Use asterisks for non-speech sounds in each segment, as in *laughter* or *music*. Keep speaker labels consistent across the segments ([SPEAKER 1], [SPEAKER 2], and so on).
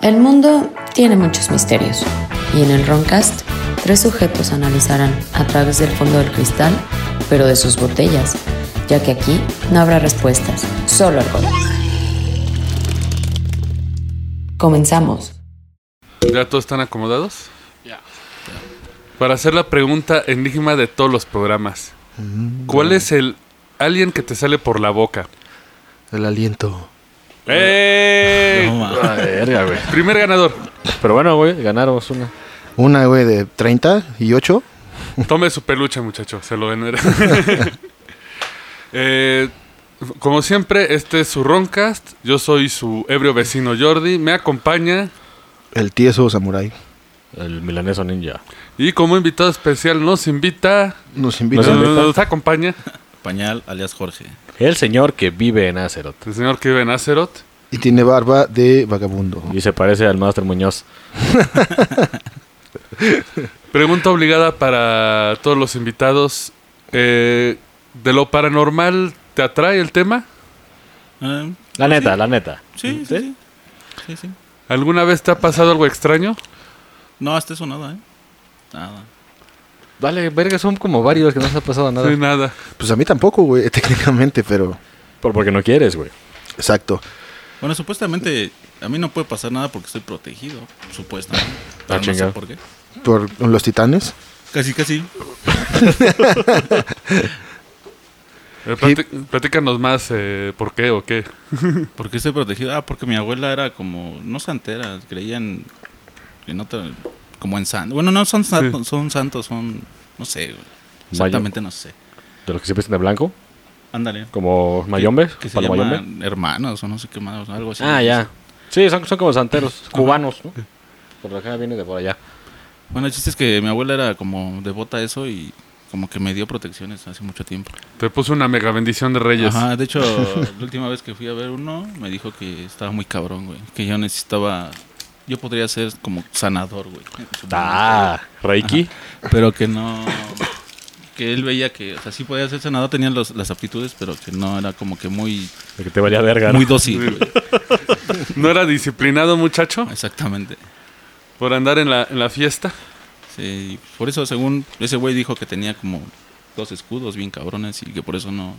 [SPEAKER 1] El mundo tiene muchos misterios y en el Roncast tres sujetos analizarán a través del fondo del cristal, pero de sus botellas, ya que aquí no habrá respuestas, solo algo. Comenzamos.
[SPEAKER 2] ¿Ya todos están acomodados? Ya. Para hacer la pregunta enigma de todos los programas. ¿Cuál es el alien que te sale por la boca?
[SPEAKER 3] El aliento.
[SPEAKER 2] ¡Ey!
[SPEAKER 3] Ah, verga, güey.
[SPEAKER 2] Eh, Primer ganador.
[SPEAKER 4] Pero bueno, güey, ganamos una.
[SPEAKER 3] Una, güey, de 30 y 8.
[SPEAKER 2] Tome su peluche, muchacho. Se lo venera. Eh, como siempre, este es su Roncast. Yo soy su ebrio vecino Jordi. Me acompaña.
[SPEAKER 3] El tieso samurai.
[SPEAKER 4] El milaneso ninja.
[SPEAKER 2] Y como invitado especial nos invita...
[SPEAKER 3] Nos
[SPEAKER 2] Nos,
[SPEAKER 3] invita.
[SPEAKER 4] invita.
[SPEAKER 2] nos acompaña
[SPEAKER 5] Pañal, alias Jorge.
[SPEAKER 4] El señor que vive en Azeroth.
[SPEAKER 2] el señor que vive en Azeroth.
[SPEAKER 3] Y tiene barba de vagabundo.
[SPEAKER 4] Y se parece al Master Muñoz.
[SPEAKER 2] Pregunta obligada para todos los invitados. Eh, ¿De lo paranormal te atrae el tema?
[SPEAKER 5] Ah,
[SPEAKER 4] La neta, la neta.
[SPEAKER 5] sí, sí, sí, sí, sí.
[SPEAKER 2] ¿Alguna vez te ha pasado algo extraño?
[SPEAKER 5] No, hasta eso nada, ¿eh? Nada.
[SPEAKER 4] Dale, verga, son como varios que no se ha pasado nada.
[SPEAKER 2] Sí, nada.
[SPEAKER 3] Pues a mí tampoco, güey, *laughs* técnicamente, pero.
[SPEAKER 4] Por porque no quieres, güey.
[SPEAKER 3] Exacto.
[SPEAKER 5] Bueno, supuestamente a mí no puede pasar nada porque estoy protegido, supuestamente. Pero no sé
[SPEAKER 4] Ah, chingado.
[SPEAKER 5] por qué.
[SPEAKER 3] Por los titanes.
[SPEAKER 5] Casi, casi.
[SPEAKER 2] Eh, platí- platícanos más eh, por qué o qué.
[SPEAKER 5] ¿Por qué estoy protegido? Ah, porque mi abuela era como, no santera, creían en otra, como en santos. Bueno, no son, santos, son santos, son, no sé, güey. exactamente no sé.
[SPEAKER 4] De los que se visten de blanco,
[SPEAKER 5] Ándale.
[SPEAKER 4] como mayombes,
[SPEAKER 5] Que se
[SPEAKER 4] para mayombe.
[SPEAKER 5] llaman hermanos o no sé qué más, algo así.
[SPEAKER 4] Ah, ya. Sí, son, son como santeros, cubanos, ¿no? Por acá viene de por allá.
[SPEAKER 5] Bueno, el chiste es que mi abuela era como devota a eso y como que me dio protecciones hace mucho tiempo.
[SPEAKER 2] Te puso una mega bendición de reyes.
[SPEAKER 5] Ajá, de hecho, la última vez que fui a ver uno, me dijo que estaba muy cabrón, güey. Que yo necesitaba. Yo podría ser como sanador, güey.
[SPEAKER 4] Ah, Reiki.
[SPEAKER 5] Pero que no. Que él veía que, o sea, sí podía ser sanador, tenía los- las aptitudes, pero que no era como que muy,
[SPEAKER 4] De que te valía verga. ¿no?
[SPEAKER 5] muy dócil, güey.
[SPEAKER 2] ¿No era disciplinado, muchacho?
[SPEAKER 5] Exactamente.
[SPEAKER 2] Por andar en la, en la fiesta.
[SPEAKER 5] Sí, por eso, según ese güey dijo que tenía como dos escudos bien cabrones y que por eso no,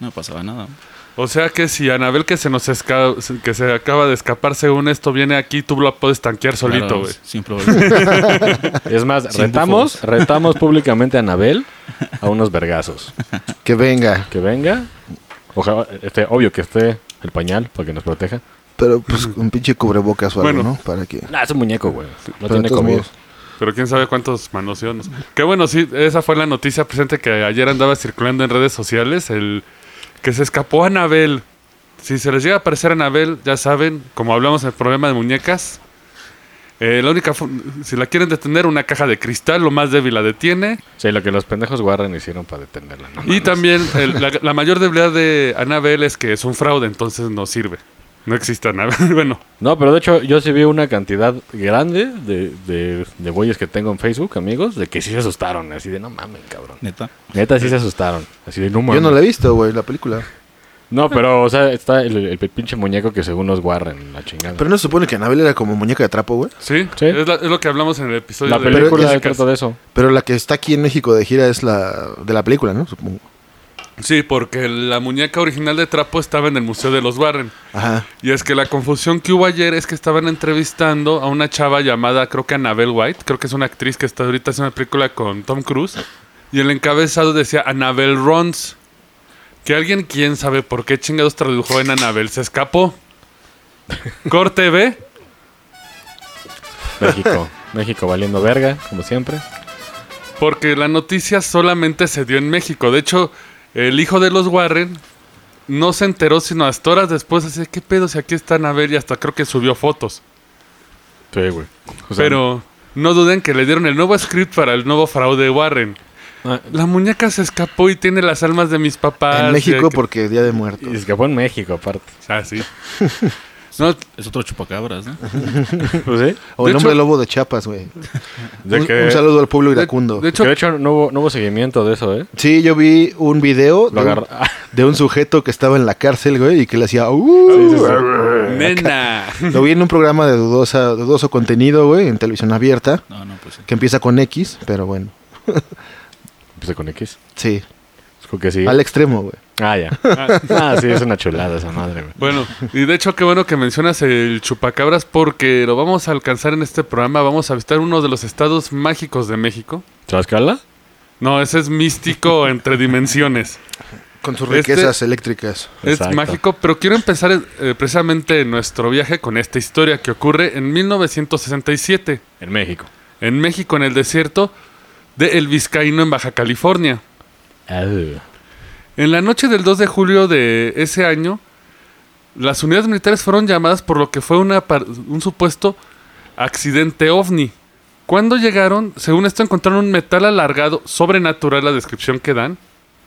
[SPEAKER 5] no me pasaba nada.
[SPEAKER 2] O sea que si Anabel que se nos esca- que se acaba de escapar según esto viene aquí, tú la puedes tanquear solito,
[SPEAKER 5] Claro,
[SPEAKER 2] güey.
[SPEAKER 5] Sin problema. *laughs*
[SPEAKER 4] Es más,
[SPEAKER 5] Sin
[SPEAKER 4] retamos,
[SPEAKER 5] *laughs*
[SPEAKER 4] retamos públicamente a Anabel a unos vergazos.
[SPEAKER 3] Que venga.
[SPEAKER 4] Que venga. Ojalá, este, obvio que esté el pañal para que nos proteja.
[SPEAKER 3] Pero pues un pinche cubrebocas o algo,
[SPEAKER 2] Mm. Bueno.
[SPEAKER 3] ¿no? Para que.
[SPEAKER 4] Nah, es un muñeco, güey. No
[SPEAKER 3] Pero de
[SPEAKER 4] tiene
[SPEAKER 3] todos
[SPEAKER 4] comida.
[SPEAKER 3] modos.
[SPEAKER 2] Pero quién sabe cuántos manoseos. nos- Qué bueno, sí, esa fue la noticia presente que ayer andaba circulando en redes sociales, el que se escapó Anabel. Si se les llega a aparecer Anabel, ya saben, como hablamos en el problema de muñecas, eh, la única fu- si la quieren detener, una caja de cristal, lo más débil la detiene.
[SPEAKER 4] Sí, lo que los pendejos Warren hicieron para detenerla. ¿no?
[SPEAKER 2] Y también el-
[SPEAKER 4] *laughs*
[SPEAKER 2] la, la mayor debilidad de Anabel es que es un fraude, entonces no sirve. No existe Anabel. *laughs* Bueno,
[SPEAKER 4] No, pero de hecho yo sí vi una cantidad grande de, de, de güeyes que tengo en Facebook, amigos, de que sí se asustaron. Así de, no mames, cabrón.
[SPEAKER 5] Neta.
[SPEAKER 4] Neta, sí se asustaron. Así de, no
[SPEAKER 3] Yo
[SPEAKER 4] mames.
[SPEAKER 3] no la he visto, güey, la película.
[SPEAKER 4] No, pero, o sea, está el, el pinche muñeco que según los Warren, la chingada.
[SPEAKER 3] Pero no se supone que Anabel era como muñeca de trapo, güey.
[SPEAKER 2] sí,
[SPEAKER 4] Sí.
[SPEAKER 2] Es, la- es lo que hablamos en el episodio
[SPEAKER 4] la
[SPEAKER 2] de
[SPEAKER 4] película
[SPEAKER 3] Pero
[SPEAKER 2] muñecas.
[SPEAKER 4] trata de eso.
[SPEAKER 3] Pero la que está aquí en México de gira es la de la película, ¿no? Supongo.
[SPEAKER 2] Sí, porque la muñeca original de Trapo estaba en el Museo de los Warren.
[SPEAKER 3] Ajá.
[SPEAKER 2] Y es que la confusión que hubo ayer es que estaban entrevistando a una chava llamada, creo que Annabelle White, creo que es una actriz que está ahorita haciendo una película con Tom Cruise. Y el encabezado decía Annabelle Rons. Que alguien, quién sabe por qué chingados tradujo en Annabelle, se escapó. Corte B.
[SPEAKER 4] México. *laughs* México valiendo verga, como siempre.
[SPEAKER 2] Porque la noticia solamente se dio en México. De hecho, el hijo de los Warren no se enteró sino hasta horas después. Así, ¿qué pedo si aquí están a ver? Y hasta creo que subió fotos.
[SPEAKER 4] Sí, güey. O sea,
[SPEAKER 2] Pero no duden que le dieron el nuevo script para el nuevo fraude de Warren.
[SPEAKER 4] ah,
[SPEAKER 2] La muñeca se escapó y tiene las almas Ah, de mis papás.
[SPEAKER 3] en
[SPEAKER 2] Y-
[SPEAKER 3] México porque Día de Muertos. *laughs*
[SPEAKER 4] y escapó en México, aparte.
[SPEAKER 2] Ah, sí. No,
[SPEAKER 5] Es otro chupacabras, ¿no?
[SPEAKER 4] Pues *laughs* sí.
[SPEAKER 3] O
[SPEAKER 2] De
[SPEAKER 3] el hombre
[SPEAKER 2] hecho-
[SPEAKER 3] lobo de Chiapas, güey.
[SPEAKER 4] De
[SPEAKER 3] Un,
[SPEAKER 4] que-
[SPEAKER 3] un saludo al pueblo
[SPEAKER 2] de,
[SPEAKER 3] iracundo.
[SPEAKER 2] de
[SPEAKER 4] *laughs* que
[SPEAKER 2] hecho,
[SPEAKER 4] de hecho no hubo, no hubo seguimiento de eso, ¿eh?
[SPEAKER 3] Sí, yo vi un video
[SPEAKER 4] Lo
[SPEAKER 3] de un,
[SPEAKER 4] agarra-
[SPEAKER 3] de un sujeto que estaba en la cárcel, güey, y que le hacía... "Uh".
[SPEAKER 2] nena.
[SPEAKER 3] Lo vi en un programa de dudosa, dudoso contenido, güey, en televisión abierta,
[SPEAKER 5] No, no, pues sí.
[SPEAKER 3] que empieza con X, pero bueno,
[SPEAKER 4] Empieza pues, con X.
[SPEAKER 3] sí,
[SPEAKER 4] Creo que sí.
[SPEAKER 3] al extremo, güey.
[SPEAKER 4] Ah, ya. Ah, sí, es una chulada esa madre, güey.
[SPEAKER 2] Bueno, y de hecho qué bueno que mencionas el chupacabras porque lo vamos a alcanzar en este programa. Vamos a visitar uno de los estados mágicos de México.
[SPEAKER 4] ¿Tlaxcala?
[SPEAKER 2] No, ese es místico entre dimensiones.
[SPEAKER 3] Con sus
[SPEAKER 2] Este-
[SPEAKER 3] riquezas eléctricas.
[SPEAKER 2] Es
[SPEAKER 4] Exacto.
[SPEAKER 2] mágico, pero quiero empezar eh, precisamente nuestro viaje con esta historia que ocurre en 1967
[SPEAKER 4] En México.
[SPEAKER 2] en México, en el desierto de El Vizcaíno, en Baja California. Ah. En la noche del 2 de julio de ese año, las unidades militares fueron llamadas por lo que fue una par- un supuesto accidente ovni. Cuando llegaron, según esto, encontraron un metal alargado, sobrenatural la descripción que dan,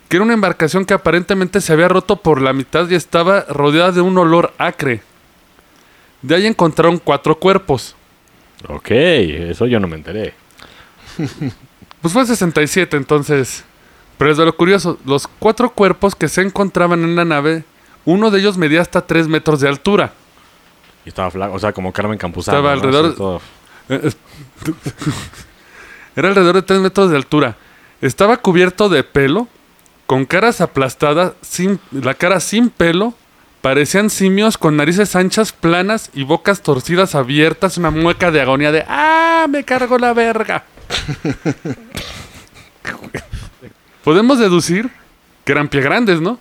[SPEAKER 2] que era una embarcación que aparentemente se había roto por la mitad y estaba rodeada de un olor acre. De ahí encontraron cuatro cuerpos.
[SPEAKER 4] Ok, eso yo no me enteré.
[SPEAKER 2] Pues fue en 67, entonces. Pero es de lo curioso, los cuatro cuerpos que se encontraban en la nave, uno de ellos medía hasta 3 metros de altura.
[SPEAKER 4] Y estaba flaco, o sea, como Carmen Campuzano.
[SPEAKER 2] Estaba
[SPEAKER 4] ¿no?
[SPEAKER 2] alrededor-
[SPEAKER 4] Así todo.
[SPEAKER 2] Eh, es- *laughs* Era alrededor de 3 metros de altura. Estaba cubierto de pelo, con caras aplastadas, sin, la cara sin pelo. Parecían simios con narices anchas, planas y bocas torcidas abiertas, una mueca de agonía de ¡Ah! ¡Me cargo la verga! *laughs* Podemos deducir que eran pie grandes, ¿no?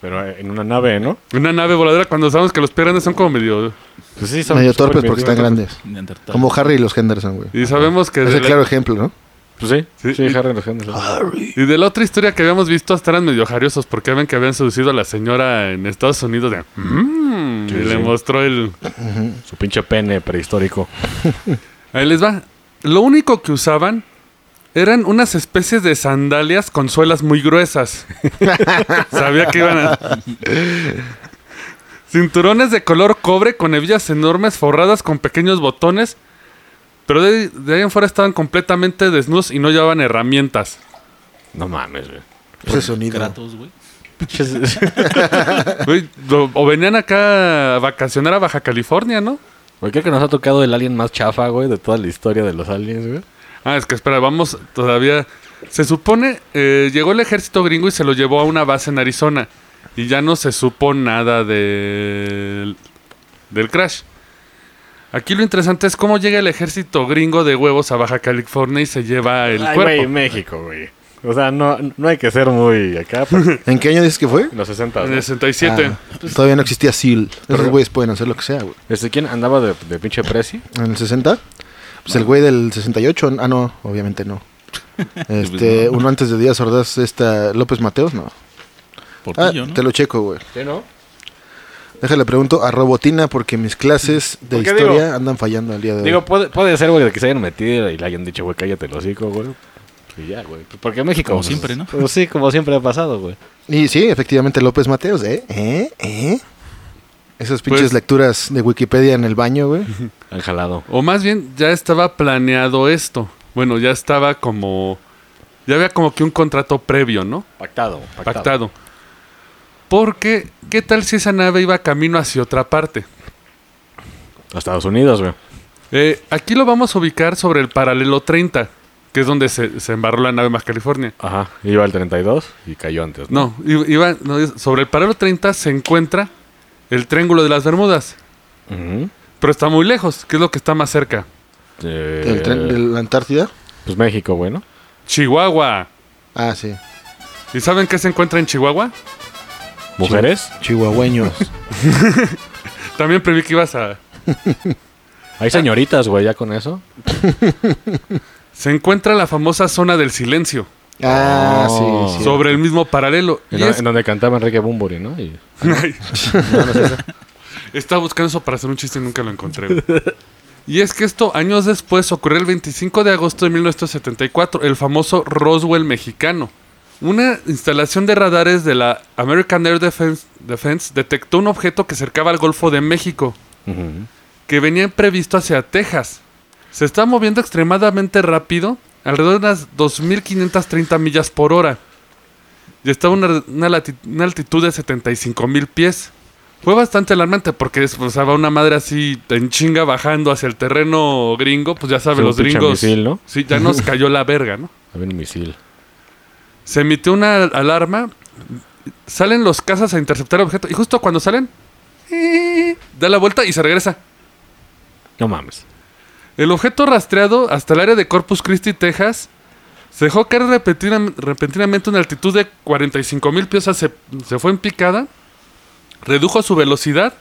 [SPEAKER 4] Pero eh, en una nave, ¿no?
[SPEAKER 2] Una nave voladora cuando sabemos que los pie grandes son como medio...
[SPEAKER 4] Pues sí,
[SPEAKER 3] Medio
[SPEAKER 4] súper
[SPEAKER 3] torpes porque están
[SPEAKER 4] primitivos.
[SPEAKER 3] grandes.
[SPEAKER 5] Neandertal.
[SPEAKER 3] Como Harry y los Henderson, güey.
[SPEAKER 2] Y sabemos que...
[SPEAKER 3] Es
[SPEAKER 2] de
[SPEAKER 3] el
[SPEAKER 2] la-
[SPEAKER 3] claro ejemplo, ¿no?
[SPEAKER 4] Pues sí,
[SPEAKER 2] Sí.
[SPEAKER 4] sí, Harry los grandes.
[SPEAKER 3] Ah.
[SPEAKER 2] Y de la otra historia que habíamos visto, hasta eran medio jariosos porque ven que habían seducido a la señora en Estados Unidos. De, "Mm",
[SPEAKER 4] Sí,
[SPEAKER 2] y le
[SPEAKER 4] sí.
[SPEAKER 2] mostró el.
[SPEAKER 4] Su pinche pene prehistórico.
[SPEAKER 2] Ahí les va. Lo único que usaban eran unas especies de sandalias con suelas muy
[SPEAKER 4] *laughs*
[SPEAKER 2] gruesas. Sabía que iban a. Cinturones de color cobre con hebillas enormes forradas con pequeños botones. Pero de, de ahí en fuera estaban completamente desnudos y no llevaban herramientas.
[SPEAKER 4] No mames, güey.
[SPEAKER 3] Ese sonido.
[SPEAKER 5] Kratos, güey.
[SPEAKER 2] Güey, lo- o venían acá a vacacionar a Baja California, ¿no?
[SPEAKER 4] Güey, creo que nos ha tocado el alien más chafa, güey, de toda la historia de los aliens, güey.
[SPEAKER 2] Ah, es que espera, vamos todavía. Se supone, eh, llegó el ejército gringo y se lo llevó a una base en Arizona. Y ya no se supo nada del, del crash. Aquí lo interesante es cómo llega el ejército gringo de huevos a Baja California y se lleva el
[SPEAKER 4] Ay, güey,
[SPEAKER 2] cuerpo.
[SPEAKER 4] México, güey. O sea, no, no hay que ser muy acá. pues,
[SPEAKER 2] *laughs*
[SPEAKER 3] ¿En qué año dices que fue?
[SPEAKER 4] en los 60.
[SPEAKER 2] En
[SPEAKER 4] ¿no?
[SPEAKER 2] el 67.
[SPEAKER 3] Ah, todavía no existía SEAL. Esos güeyes pueden hacer lo que sea, güey.
[SPEAKER 4] Este, ¿Quién andaba de, de pinche presi?
[SPEAKER 3] ¿En el 60? Pues el güey del 68. Ah, no, obviamente
[SPEAKER 4] *laughs*
[SPEAKER 3] no.
[SPEAKER 2] Pues
[SPEAKER 3] Este, uno antes de Díaz Ordaz, esta López Mateos, no. Ah,
[SPEAKER 5] Portillo, ¿no?
[SPEAKER 3] te lo checo, güey.
[SPEAKER 4] ¿Sí, no?
[SPEAKER 3] Déjale pregunto a Robotina porque mis clases de
[SPEAKER 4] ¿Por qué
[SPEAKER 3] historia
[SPEAKER 4] digo?
[SPEAKER 3] andan fallando al día de hoy.
[SPEAKER 4] Digo, puede, puede ser, güey, de que se hayan metido y le hayan dicho, güey, cállate el hocico, güey. Y ya, güey. Porque México.
[SPEAKER 5] Como
[SPEAKER 4] pues,
[SPEAKER 5] siempre, ¿no?
[SPEAKER 4] pues sí, como siempre ha pasado, güey.
[SPEAKER 3] Y sí, efectivamente López Mateos, ¿eh? ¿Eh? ¿Eh? Esas pinches
[SPEAKER 2] Pues-
[SPEAKER 3] lecturas de Wikipedia en el baño,
[SPEAKER 2] *laughs*
[SPEAKER 3] güey.
[SPEAKER 4] Han jalado.
[SPEAKER 2] O más bien, ya estaba planeado esto. Bueno, ya estaba como. Ya había como que un contrato previo, ¿no?
[SPEAKER 4] Pactado, pactado.
[SPEAKER 2] pactado. Porque, ¿qué tal si esa nave iba camino hacia otra parte?
[SPEAKER 4] A Estados Unidos, güey.
[SPEAKER 2] Eh, aquí lo vamos a ubicar sobre el paralelo 30, que es donde se, se embarró la nave más California.
[SPEAKER 4] Ajá. Iba al 32 y cayó antes.
[SPEAKER 2] No, i- iba, no, es- sobre el paralelo 30 se encuentra el Triángulo de las Bermudas,
[SPEAKER 4] Ujú.
[SPEAKER 2] pero está muy lejos, que es lo que está más cerca.
[SPEAKER 4] Eh,
[SPEAKER 3] ¿El tren de la Antártida?
[SPEAKER 4] Pues México, güey, ¿no?
[SPEAKER 2] Chihuahua.
[SPEAKER 3] Ah, sí.
[SPEAKER 2] ¿Y saben qué se encuentra en Chihuahua?
[SPEAKER 4] ¿Mujeres?
[SPEAKER 2] *laughs*
[SPEAKER 3] Chihuahueños.
[SPEAKER 2] También preví que ibas a...
[SPEAKER 4] Hay señoritas, güey, ya con eso.
[SPEAKER 2] Se encuentra la famosa zona del silencio,
[SPEAKER 3] ah,
[SPEAKER 4] Oh.
[SPEAKER 3] sí, sí.
[SPEAKER 2] sobre el mismo paralelo.
[SPEAKER 4] En,
[SPEAKER 2] Y
[SPEAKER 4] do-
[SPEAKER 2] es-
[SPEAKER 4] en donde cantaba Enrique Bumburi, ¿no? Y-
[SPEAKER 2] Ay. Estaba buscando eso para hacer un chiste y nunca lo encontré. güey. Y es que esto años después ocurrió el 25 de agosto de 1974, el famoso Roswell mexicano. Una instalación de radares de la American Air Defense, Defense detectó un objeto que cercaba al Golfo de México,
[SPEAKER 4] Ujú.
[SPEAKER 2] que venía previsto hacia Texas. Se está moviendo extremadamente rápido, alrededor de unas 2.530 millas por hora. Y está a una, una lati- una altitud de 75.000 pies. Fue bastante alarmante porque es, o sea, va una madre así en chinga bajando hacia el terreno gringo. Pues ya
[SPEAKER 4] Sí,
[SPEAKER 2] saben,
[SPEAKER 4] un
[SPEAKER 2] los
[SPEAKER 4] pinche
[SPEAKER 2] gringos.
[SPEAKER 4] misil, ¿no?
[SPEAKER 2] Sí, ya
[SPEAKER 4] *laughs*
[SPEAKER 2] nos cayó la verga, ¿no?
[SPEAKER 4] Había un misil.
[SPEAKER 2] Se emitió una alarma. Salen los cazas a interceptar el objeto. Y justo cuando salen, da la vuelta y se regresa.
[SPEAKER 4] No mames.
[SPEAKER 2] El objeto rastreado hasta el área de Corpus Christi, Texas, se dejó caer repentina- repentinamente a una altitud de 45 mil pies. o sea, se, se fue en picada, redujo su velocidad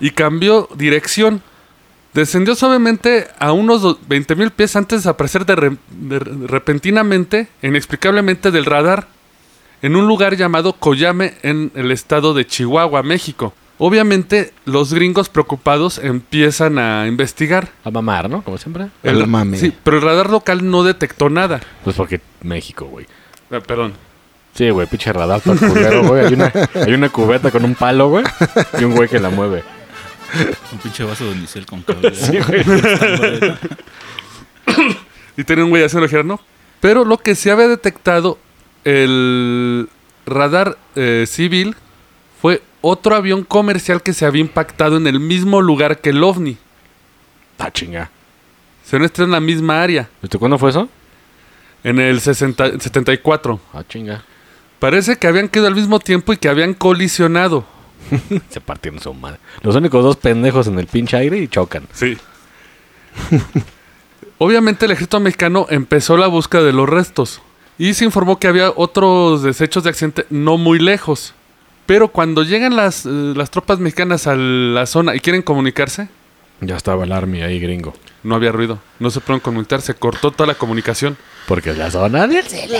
[SPEAKER 2] y cambió dirección. Descendió suavemente a unos 20 mil pies antes de desaparecer de re- de re- repentinamente, e inexplicablemente, del radar en un lugar llamado Coyame en el estado de Chihuahua, México. Obviamente, los gringos preocupados empiezan a investigar.
[SPEAKER 4] A mamar, ¿no? Como siempre.
[SPEAKER 3] Al
[SPEAKER 2] ra-
[SPEAKER 3] mame.
[SPEAKER 2] Sí, pero el radar local no detectó nada.
[SPEAKER 4] Pues porque México, güey.
[SPEAKER 2] Eh, perdón.
[SPEAKER 4] Sí, güey, pinche radar tan culero, güey. Hay una, hay una cubeta con un palo, güey. Y un güey que la mueve.
[SPEAKER 5] Un pinche vaso de unicel
[SPEAKER 3] *laughs*
[SPEAKER 5] con cable.
[SPEAKER 2] Y tenía un güey haciendo girar, ¿no? Pero lo que se había detectado el radar eh, civil fue otro avión comercial que se había impactado en el mismo lugar que el ovni.
[SPEAKER 4] Ah, chinga.
[SPEAKER 2] Se no está en la misma área,
[SPEAKER 4] ¿Esto cuándo fue eso?
[SPEAKER 2] en el 60 74.
[SPEAKER 4] Ah, chinga.
[SPEAKER 2] Parece que habían quedado al mismo tiempo y que habían colisionado.
[SPEAKER 4] Se partieron su madre. Los únicos dos pendejos en el pinche aire y chocan.
[SPEAKER 2] Sí. *laughs* Obviamente el ejército mexicano empezó la búsqueda de los restos y se informó que había otros desechos de accidente no muy lejos. Pero cuando llegan las, eh, las tropas mexicanas a la zona y quieren comunicarse,
[SPEAKER 4] Ya estaba el army ahí, gringo.
[SPEAKER 2] no había ruido. No se pudieron comunicar, se cortó toda la comunicación.
[SPEAKER 4] Porque es la zona del cielo.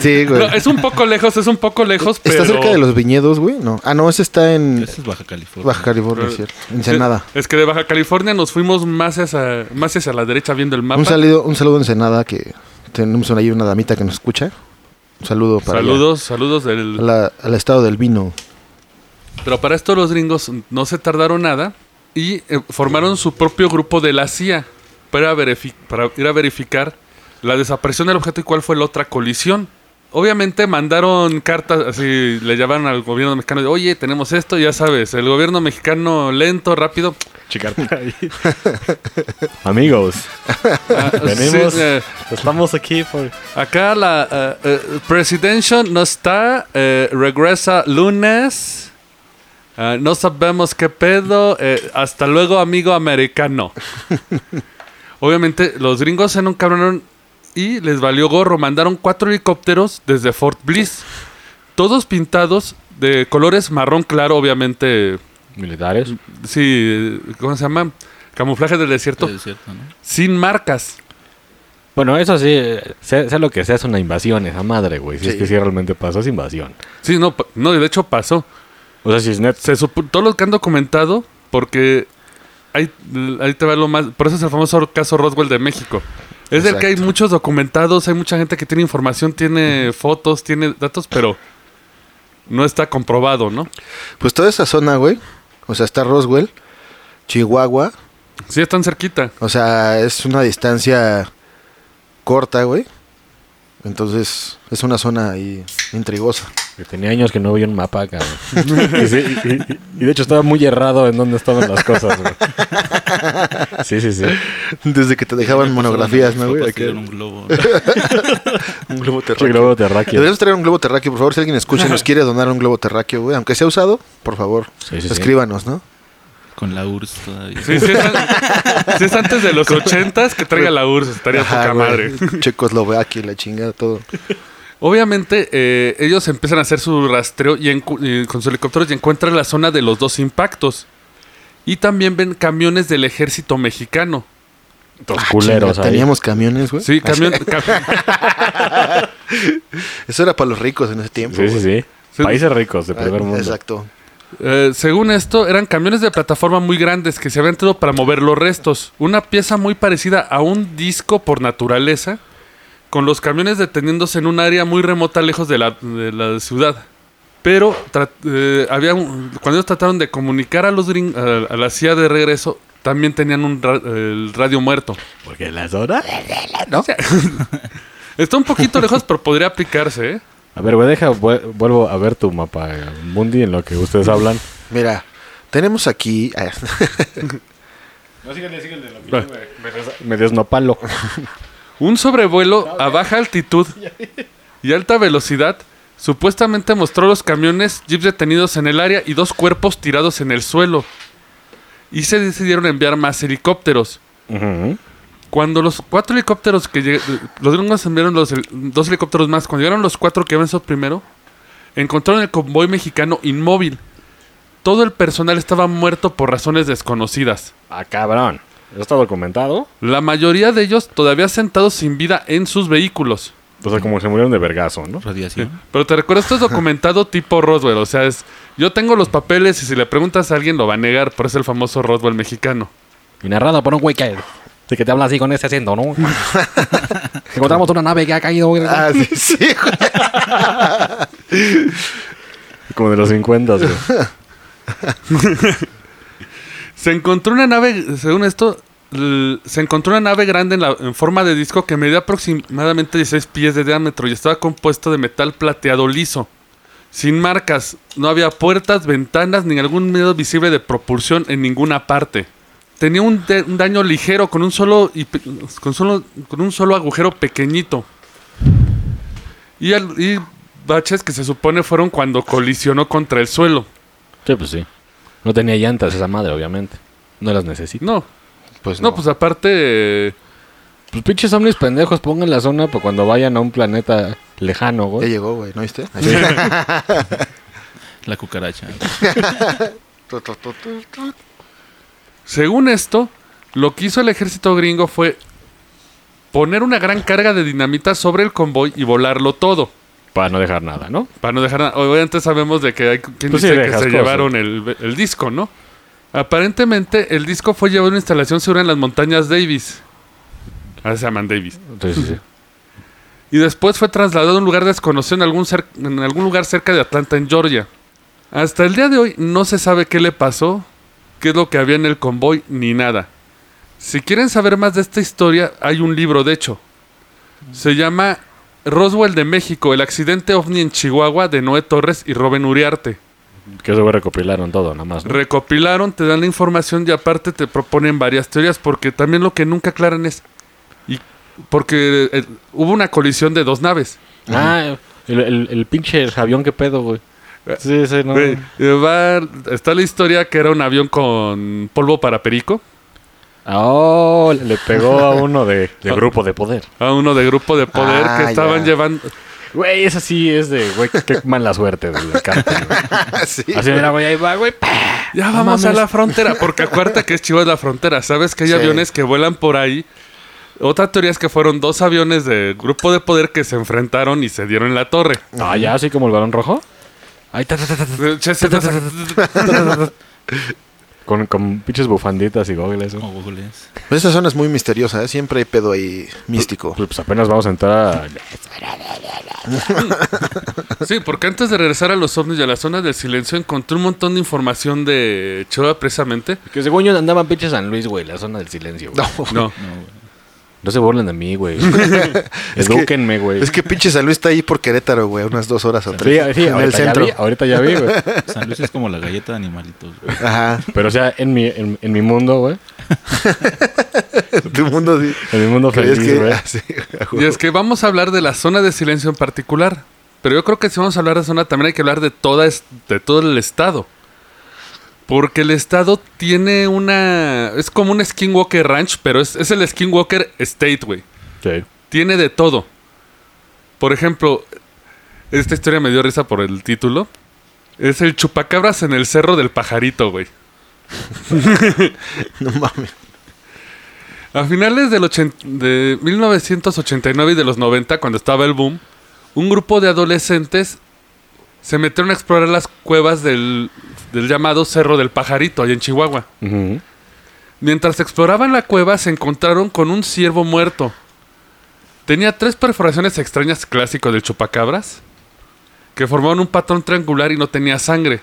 [SPEAKER 3] Sí,
[SPEAKER 2] *laughs*
[SPEAKER 3] güey.
[SPEAKER 2] No, es un poco lejos, es un poco lejos, pero...
[SPEAKER 3] ¿Está cerca de los viñedos, güey? No. Ah, no, ese está en
[SPEAKER 5] Esa es Baja California.
[SPEAKER 3] Baja California,
[SPEAKER 2] Pero-
[SPEAKER 3] cierto. Ensenada.
[SPEAKER 2] Es que de Baja California nos fuimos más hacia, más hacia la derecha viendo el mapa.
[SPEAKER 3] Un saludo, un saludo a Ensenada que tenemos ahí una damita que nos escucha. Un saludo para allá.
[SPEAKER 2] saludos, saludos del...
[SPEAKER 3] A la- al estado del vino.
[SPEAKER 2] Pero para esto los gringos no se tardaron nada y eh, formaron su propio grupo de la CIA para, verifi- para ir a verificar la desaparición del objeto y cuál fue la otra colisión. Obviamente mandaron cartas, así le llamaron al gobierno mexicano, de, oye, tenemos esto, ya sabes, el gobierno mexicano lento, rápido.
[SPEAKER 4] *laughs* Amigos,
[SPEAKER 2] Ah,
[SPEAKER 4] venimos.
[SPEAKER 2] sí, eh,
[SPEAKER 4] estamos aquí por.
[SPEAKER 2] acá la eh, eh, Presidential no está, eh, regresa lunes, eh, no sabemos qué pedo, eh, hasta luego amigo americano. Obviamente los gringos se encabronaron y les valió gorro, mandaron cuatro helicópteros desde Fort Bliss, todos pintados de colores marrón claro, obviamente,
[SPEAKER 4] Militares.
[SPEAKER 2] sí, ¿cómo se llama? Camuflaje del desierto,
[SPEAKER 5] Es cierto, ¿no?
[SPEAKER 2] sin marcas.
[SPEAKER 4] Bueno, eso sí, eh, sea, sea lo que sea, es una invasión esa madre, güey. Si es
[SPEAKER 3] Sí.
[SPEAKER 4] que sí realmente pasó, es invasión.
[SPEAKER 2] Sí, no, pa- no, de hecho pasó.
[SPEAKER 4] O sea, si es net.
[SPEAKER 2] se supo, todo lo que han documentado, porque ahí, ahí te va lo más. Por eso es el famoso caso Roswell de México. Es del que hay
[SPEAKER 3] Exacto.
[SPEAKER 2] muchos documentados, hay mucha gente que tiene información, tiene fotos, tiene datos, pero no está comprobado, ¿no?
[SPEAKER 3] Pues toda esa zona, güey. O sea, está Roswell, Chihuahua.
[SPEAKER 2] Sí, están cerquita.
[SPEAKER 3] O sea, es una distancia corta, güey. Entonces, es una zona ahí intrigosa. *laughs*
[SPEAKER 4] que Tenía años que no veía un mapa, cabrón. *laughs* y, sí, y- y- y de hecho estaba muy errado en dónde estaban las cosas, güey. Sí, sí, sí.
[SPEAKER 3] Desde que te dejaban monografías, ¿no, güey?
[SPEAKER 5] Fue
[SPEAKER 3] Acá,
[SPEAKER 5] construir
[SPEAKER 3] Un *laughs*
[SPEAKER 5] un globo.
[SPEAKER 3] globo
[SPEAKER 4] Che,
[SPEAKER 3] terráqueo.
[SPEAKER 4] globo terráqueo.
[SPEAKER 3] Debemos traer un globo terráqueo, por favor. Si alguien escucha
[SPEAKER 2] *laughs*
[SPEAKER 3] y nos quiere donar un globo terráqueo, güey, aunque sea usado, por favor,
[SPEAKER 4] Sí, sí, sí.
[SPEAKER 3] escríbanos, ¿no?
[SPEAKER 5] Con la URSS todavía.
[SPEAKER 2] Sí, sí, es, an- sí es antes de los ochentas que traiga la URSS, estaría
[SPEAKER 3] Ajá,
[SPEAKER 2] poca
[SPEAKER 3] güey.
[SPEAKER 2] madre.
[SPEAKER 3] *laughs* Checoslovaquia, la chingada, todo.
[SPEAKER 2] Obviamente, eh, ellos empiezan a hacer su rastreo y encu- y con sus helicópteros y encuentran la zona de los dos impactos. Y también ven camiones del ejército mexicano.
[SPEAKER 4] Los
[SPEAKER 3] Ah,
[SPEAKER 4] culeros
[SPEAKER 3] chinga,
[SPEAKER 4] ahí.
[SPEAKER 3] Teníamos camiones, güey.
[SPEAKER 2] Sí, camión,
[SPEAKER 3] *laughs*
[SPEAKER 2] cam-
[SPEAKER 3] Eso era para los ricos en ese tiempo.
[SPEAKER 4] Sí, sí,
[SPEAKER 3] güey.
[SPEAKER 4] sí.
[SPEAKER 2] Sí.
[SPEAKER 4] Países ricos de
[SPEAKER 3] Ah,
[SPEAKER 4] primer mundo.
[SPEAKER 3] Exacto.
[SPEAKER 2] eh, según esto, eran camiones de plataforma muy grandes que se habían traído para mover los restos. Una pieza muy parecida a un disco por naturaleza, con los camiones deteniéndose en un área muy remota lejos de la, de la ciudad. Pero tra- eh, había un- cuando ellos trataron de comunicar a los gring- a, a la CIA de regreso, también tenían un ra- el radio muerto.
[SPEAKER 4] Porque las horas.
[SPEAKER 2] *laughs* Está un poquito lejos, pero podría aplicarse, ¿eh?
[SPEAKER 4] A ver, güey, deja, vu- vuelvo a ver tu mapa eh, Mundi en lo que ustedes hablan.
[SPEAKER 3] Mira, tenemos aquí. ah,
[SPEAKER 4] No, síguele, síguele. Me desnopalo.
[SPEAKER 2] Un sobrevuelo a baja altitud y alta velocidad supuestamente mostró los camiones, jeeps detenidos en el área y dos cuerpos tirados en el suelo. Y se decidieron enviar más helicópteros.
[SPEAKER 4] Ujú.
[SPEAKER 2] Cuando los cuatro helicópteros que lleg- los gringos enviaron los hel- dos helicópteros más, cuando llegaron los cuatro que habían sido primero, encontraron el convoy mexicano inmóvil. Todo el personal estaba muerto por razones desconocidas.
[SPEAKER 4] Ah, cabrón. ¿Eso está documentado?
[SPEAKER 2] La mayoría de ellos todavía sentados sin vida en sus vehículos.
[SPEAKER 4] O sea, como que se murieron de vergazo, ¿no?
[SPEAKER 5] Radiación.
[SPEAKER 2] Pero te recuerdo, esto es documentado tipo Roswell. O sea, es. Yo tengo los papeles y si le preguntas a alguien lo va a negar, por eso el famoso Roswell mexicano.
[SPEAKER 4] Y narrado por un güey que, de que te habla así con ese acento, *laughs* ¿no? Encontramos una nave que ha caído. güey.
[SPEAKER 3] *laughs* Ah, sí, sí, güey.
[SPEAKER 4] Como de los 50, güey.
[SPEAKER 2] Se encontró una nave, según esto, l- se encontró una nave grande en, la- en forma de disco que medía aproximadamente 16 pies de diámetro y estaba compuesto de metal plateado liso. Sin marcas, no había puertas, ventanas ni algún medio visible de propulsión en ninguna parte. Tenía un, de- un daño ligero con un solo, y pe- con solo con un solo agujero pequeñito. Y, al- y baches que se supone fueron cuando colisionó contra el suelo.
[SPEAKER 4] Sí, pues sí. No tenía llantas esa madre, obviamente. No las necesito.
[SPEAKER 2] No,
[SPEAKER 3] Pues
[SPEAKER 2] no, pues aparte eh,
[SPEAKER 4] Pues pinches ovnis pendejos, pongan la zona para cuando vayan a un planeta lejano,
[SPEAKER 3] Ya
[SPEAKER 4] güey.
[SPEAKER 3] llegó, güey, ¿no viste?
[SPEAKER 5] La cucaracha.
[SPEAKER 3] *laughs* Tu, tu, tu, tu, tu.
[SPEAKER 2] Según esto, lo que hizo el ejército gringo fue poner una gran carga de dinamita sobre el convoy y volarlo todo.
[SPEAKER 4] Para no dejar nada, ¿no?
[SPEAKER 2] Para no dejar nada. Obviamente sabemos de que hay quien
[SPEAKER 4] Pues
[SPEAKER 2] dice
[SPEAKER 4] sí,
[SPEAKER 2] que se
[SPEAKER 4] dejas cosas.
[SPEAKER 2] llevaron el, el disco, ¿no? Aparentemente, el disco fue llevado a una instalación segura en las montañas Davis. Ahora se llaman Davis.
[SPEAKER 4] Sí, sí, sí.
[SPEAKER 2] Y después fue trasladado a un lugar desconocido en algún, cer- en algún lugar cerca de Atlanta, en Georgia. Hasta el día de hoy no se sabe qué le pasó, qué es lo que había en el convoy, ni nada. Si quieren saber más de esta historia, hay un libro, de hecho. Se llama Roswell de México, el accidente ovni en Chihuahua de Noé Torres y Robin Uriarte.
[SPEAKER 4] *laughs* Que eso, güey, recopilaron todo, nada más. ¿no?
[SPEAKER 2] Recopilaron, te dan la información y aparte te proponen varias teorías, porque también lo que nunca aclaran es... Y porque eh, hubo una colisión de dos naves.
[SPEAKER 4] ah, el, el, el pinche avión, qué pedo, güey. Sí, sí, no.
[SPEAKER 2] Güey, eh, va- está la historia que era un avión con polvo para perico,
[SPEAKER 4] Oh, le pegó a uno de, de grupo de poder.
[SPEAKER 2] a uno de grupo de poder
[SPEAKER 3] Ah,
[SPEAKER 2] que estaban
[SPEAKER 3] ya.
[SPEAKER 2] llevando.
[SPEAKER 4] Güey, esa sí es de, güey, qué mala suerte del cártel, güey.
[SPEAKER 3] Ah, Sí.
[SPEAKER 4] *laughs* Así mira, güey, ahí va, güey. ¡pah!
[SPEAKER 2] Ya
[SPEAKER 4] No
[SPEAKER 2] vamos a
[SPEAKER 4] mames.
[SPEAKER 2] la frontera, porque acuérdate que es chivo de la frontera. Sabes que hay
[SPEAKER 3] Sí.
[SPEAKER 2] aviones que vuelan por ahí. Otra teoría es que fueron dos aviones de grupo de poder que se enfrentaron y se dieron en la torre.
[SPEAKER 4] Ah, ya, así como el balón rojo. Ahí, ta, ta, ta, ta, ta.
[SPEAKER 2] Eh, che, se-
[SPEAKER 3] *laughs*
[SPEAKER 4] Con, con pinches bufanditas y gogles, güey.
[SPEAKER 5] Como googlees.
[SPEAKER 3] Pues esa zona es muy misteriosa, ¿eh? siempre hay pedo ahí
[SPEAKER 4] *laughs*
[SPEAKER 3] místico.
[SPEAKER 4] Pues, pues apenas vamos a entrar a...
[SPEAKER 2] Sí, porque antes de regresar a los ovnis y a la zona del silencio encontré un montón de información de Chihuahua precisamente.
[SPEAKER 4] Que según yo andaban pinches San Luis, güey, la zona del silencio, güey.
[SPEAKER 3] No,
[SPEAKER 2] No,
[SPEAKER 5] No, güey.
[SPEAKER 4] No se burlen de mí, güey.
[SPEAKER 3] Es que-
[SPEAKER 4] *laughs* Edúquenme,
[SPEAKER 3] *laughs*
[SPEAKER 4] güey.
[SPEAKER 3] es que pinche San Luis está ahí por Querétaro, güey, unas dos horas o
[SPEAKER 4] Sí,
[SPEAKER 3] tres.
[SPEAKER 4] sí,
[SPEAKER 3] en el
[SPEAKER 4] ahorita ya
[SPEAKER 3] centro.
[SPEAKER 4] vi, ahorita ya vi, güey.
[SPEAKER 5] San Luis es como la galleta de animalitos. güey.
[SPEAKER 3] Ajá, *laughs*
[SPEAKER 4] Pero o sea, en mi, en, en mi mundo, güey.
[SPEAKER 3] tu mundo sí.
[SPEAKER 4] En mi mundo
[SPEAKER 3] ¿Crees
[SPEAKER 4] feliz,
[SPEAKER 3] que-
[SPEAKER 4] güey.
[SPEAKER 3] ah, *laughs* sí, a huevo.
[SPEAKER 2] Y es que vamos a hablar de la zona de silencio en particular. Pero yo creo que si vamos a hablar de zona, también hay que hablar de, toda es- de todo el estado. Porque el estado tiene una... Es como un Skinwalker Ranch, pero es, es el Skinwalker State, güey.
[SPEAKER 4] Sí.
[SPEAKER 2] Tiene de todo. Por ejemplo, esta historia me dio risa por el título. Es el chupacabras en el cerro del pajarito, güey.
[SPEAKER 3] *laughs* No mames.
[SPEAKER 2] A finales del ochen- de 1989 y de los 90, cuando estaba el boom, un grupo de adolescentes se metieron a explorar las cuevas del, del llamado Cerro del Pajarito, allá en Chihuahua.
[SPEAKER 4] Ujú.
[SPEAKER 2] Mientras exploraban la cueva, se encontraron con un ciervo muerto. Tenía tres perforaciones extrañas clásicas del chupacabras que formaban un patrón triangular y no tenía sangre.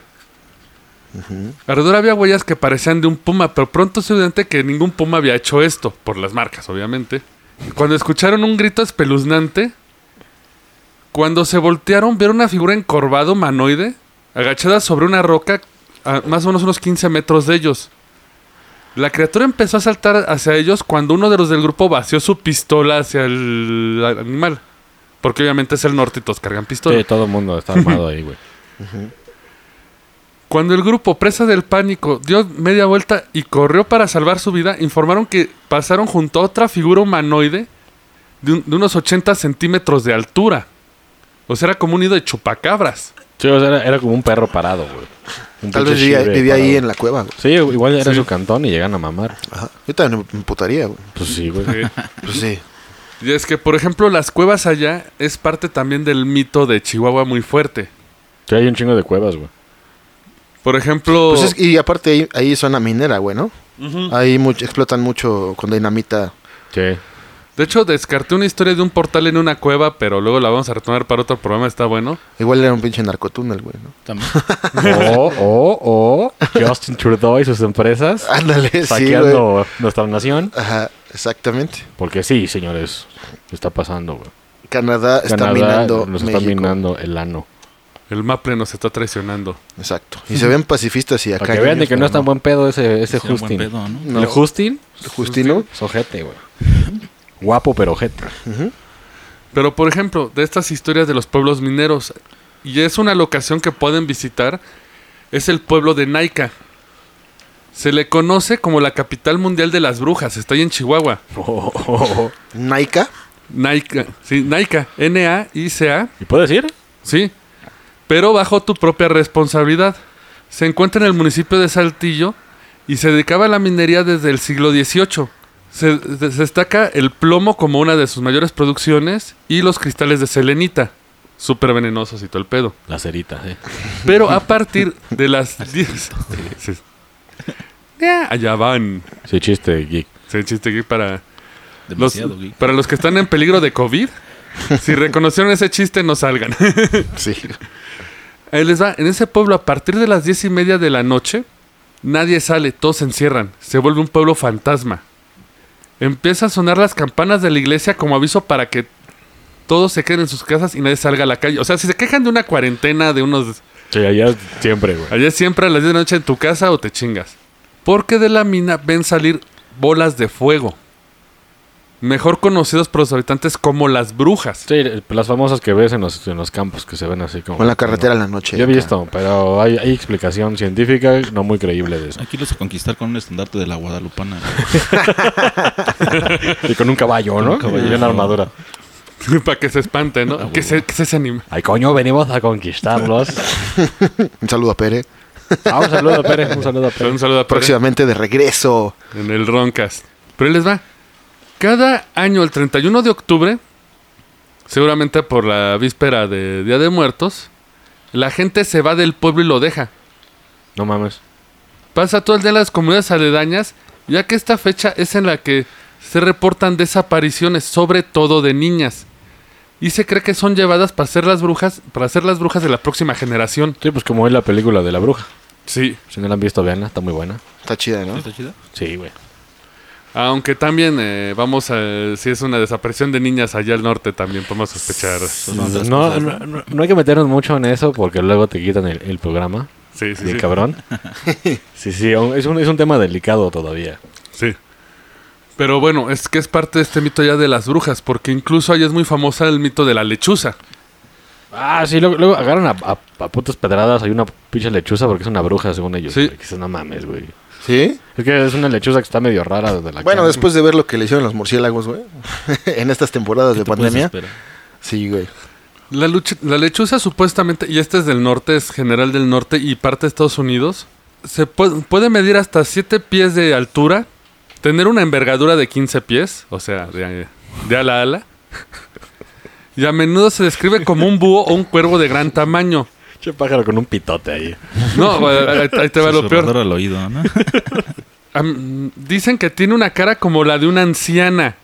[SPEAKER 2] Alrededor había huellas que parecían de un puma, pero pronto se dio cuenta que ningún puma había hecho esto, por las marcas, obviamente. Y Cuando escucharon un grito espeluznante, cuando se voltearon, vieron una figura encorvada humanoide, agachada sobre una roca a más o menos unos 15 metros de ellos. La criatura empezó a saltar hacia ellos cuando uno de los del grupo vació su pistola hacia el animal. Porque obviamente es el norte y todos cargan pistola.
[SPEAKER 4] Sí, todo el mundo está armado ahí, güey.
[SPEAKER 2] Cuando el grupo, presa del pánico, dio media vuelta y corrió para salvar su vida, informaron que pasaron junto a otra figura humanoide de, un- de unos 80 centímetros de altura. O sea, era como un nido de chupacabras.
[SPEAKER 4] Sí, o sea, era, era como un perro parado, güey. Un
[SPEAKER 3] Tal
[SPEAKER 4] pinche
[SPEAKER 3] vez vivía,
[SPEAKER 4] chive
[SPEAKER 3] vivía ahí
[SPEAKER 4] parado.
[SPEAKER 3] en la cueva, güey.
[SPEAKER 4] Sí, igual era su cantón y llegan a mamar.
[SPEAKER 3] Ajá. Yo también me emputaría, güey.
[SPEAKER 4] Pues sí, güey.
[SPEAKER 3] Pues sí.
[SPEAKER 2] Y es que, por ejemplo, las cuevas allá es parte también del mito de Chihuahua muy fuerte.
[SPEAKER 4] *laughs* Sí, hay un chingo de cuevas, güey.
[SPEAKER 2] Por ejemplo,
[SPEAKER 3] Pues es- y aparte ahí, ahí zona minera, güey, ¿no? Ahí much- explotan mucho con dinamita.
[SPEAKER 4] Sí.
[SPEAKER 2] de hecho, descarté una historia de un portal en una cueva, pero luego la vamos a retomar para otro programa, está bueno.
[SPEAKER 3] Igual era un pinche narcotúnel, güey, ¿no? *laughs*
[SPEAKER 5] También.
[SPEAKER 4] O, o, o Justin Trudeau y sus empresas
[SPEAKER 3] Ándale, sí, güey.
[SPEAKER 4] saqueando nuestra nación.
[SPEAKER 3] Ajá, exactamente.
[SPEAKER 4] Porque sí, señores, está pasando, güey.
[SPEAKER 3] Canadá está
[SPEAKER 4] Canadá
[SPEAKER 3] minando
[SPEAKER 4] nos
[SPEAKER 3] México.
[SPEAKER 4] está minando el ano.
[SPEAKER 2] El maple nos está traicionando.
[SPEAKER 3] Exacto. Y se ven pacifistas y acá.
[SPEAKER 4] Para que vean de que no es tan buen pedo ese, ese
[SPEAKER 5] Sí, un buen
[SPEAKER 4] Justin.
[SPEAKER 5] pedo, ¿no?
[SPEAKER 3] No.
[SPEAKER 4] El Justin
[SPEAKER 3] Justino.
[SPEAKER 4] es ojete, güey. Guapo, pero ojete.
[SPEAKER 2] Pero por ejemplo, de estas historias de los pueblos mineros, y es una locación que pueden visitar, es el pueblo de Naica. Se le conoce como la capital mundial de las brujas, está ahí en Chihuahua.
[SPEAKER 4] *laughs* Oh, oh, oh.
[SPEAKER 3] Naika.
[SPEAKER 2] Naica, sí, Naica, N-A-I-C-A,
[SPEAKER 4] ¿Y puedes ir?
[SPEAKER 2] sí. Pero bajo tu propia responsabilidad. Se encuentra en el municipio de Saltillo y se dedicaba a la minería desde el siglo XVIII. Se, se destaca el plomo como una de sus mayores producciones y los cristales de selenita, súper venenosos y todo el pedo.
[SPEAKER 4] La cerita, eh. sí.
[SPEAKER 2] Pero a partir de las
[SPEAKER 5] *laughs*
[SPEAKER 2] 10. Sí. Ya, Allá van.
[SPEAKER 4] Sí, chiste, geek.
[SPEAKER 2] Se chiste aquí para los,
[SPEAKER 5] Demasiado, güey.
[SPEAKER 2] para los que están en peligro de COVID. Si reconocieron ese chiste, no salgan.
[SPEAKER 3] Sí.
[SPEAKER 2] Ahí les va. En ese pueblo, a partir de las diez y media de la noche, nadie sale, todos se encierran. Se vuelve un pueblo fantasma. Empieza a sonar las campanas de la iglesia como aviso para que todos se queden en sus casas y nadie salga a la calle. O sea, si se quejan de una cuarentena, de unos
[SPEAKER 4] Sí, allá siempre, güey.
[SPEAKER 2] Allá siempre a las 10 de la noche en tu casa o te chingas. Porque de la mina ven salir bolas de fuego. Mejor conocidos por los habitantes como las brujas.
[SPEAKER 4] Sí, las famosas que ves en los, en los campos que se ven así como...
[SPEAKER 3] O en la carretera en la noche.
[SPEAKER 4] Yo he
[SPEAKER 3] acá.
[SPEAKER 4] visto, pero hay, hay explicación científica no muy creíble de eso.
[SPEAKER 5] Aquí los a conquistar con un estandarte de la Guadalupana.
[SPEAKER 4] Y con un caballo, ¿no?
[SPEAKER 5] caballo.
[SPEAKER 4] Y una armadura.
[SPEAKER 2] *laughs* Para que se espante, ¿no? que, se, que se se anime.
[SPEAKER 4] Ay, coño, venimos a conquistarlos.
[SPEAKER 3] Un saludo a Pere.
[SPEAKER 4] *laughs* Ah, un saludo a Pérez, un saludo a
[SPEAKER 2] Un
[SPEAKER 4] Pérez.
[SPEAKER 2] saludo a Pere
[SPEAKER 3] Próximamente de regreso.
[SPEAKER 2] en el Roncast. Pero ahí les va. Cada año, el 31 de octubre, seguramente por la víspera de Día de Muertos, la gente se va del pueblo y lo deja.
[SPEAKER 4] No mames.
[SPEAKER 2] pasa todo el día en las comunidades aledañas, ya que esta fecha es en la que se reportan desapariciones, sobre todo de niñas. Y se cree que son llevadas para ser las brujas, para ser las brujas de la próxima generación.
[SPEAKER 4] Sí, pues como es la película de la bruja.
[SPEAKER 2] Sí.
[SPEAKER 4] Si no la han visto, veanla, está muy buena.
[SPEAKER 3] Está chida, ¿no?
[SPEAKER 5] ¿Está chida?
[SPEAKER 4] Sí, güey.
[SPEAKER 2] Aunque también eh, vamos a si es una desaparición de niñas allá al norte también podemos sospechar.
[SPEAKER 4] No, no, no- no hay que meternos mucho en eso porque luego te quitan el, el programa.
[SPEAKER 2] Sí, sí,
[SPEAKER 4] Bien
[SPEAKER 2] sí.
[SPEAKER 4] cabrón. *laughs* Sí, sí, aún- es un, es un tema delicado todavía.
[SPEAKER 2] Sí. Pero bueno, es que es parte de este mito ya de las brujas, porque incluso ahí es muy famosa el mito de la lechuza.
[SPEAKER 4] Ah, sí, luego, luego agarran a, a- a putas pedradas. Hay una pinche lechuza porque es una bruja, según ellos.
[SPEAKER 2] Sí.
[SPEAKER 4] güey, Que dices, no mames, güey.
[SPEAKER 3] Sí.
[SPEAKER 4] Es que es una lechuza que está medio rara desde la
[SPEAKER 3] Bueno,
[SPEAKER 4] cara.
[SPEAKER 3] después de ver lo que le hicieron los murciélagos, güey. *laughs* en estas temporadas de pandemia. Sí, güey.
[SPEAKER 2] La, luch- la lechuza supuestamente, y este es del norte, es general del norte y parte de Estados Unidos, se pu- puede medir hasta 7 pies de altura, tener una envergadura de 15 pies, o sea, de, de ala a ala, *laughs* y a menudo se describe como un búho o un cuervo de gran tamaño.
[SPEAKER 4] Che pájaro con un pitote ahí.
[SPEAKER 2] No, ahí ahí te va lo peor.
[SPEAKER 5] al oído, ¿no?
[SPEAKER 2] Am- dicen que tiene una cara como la de una anciana.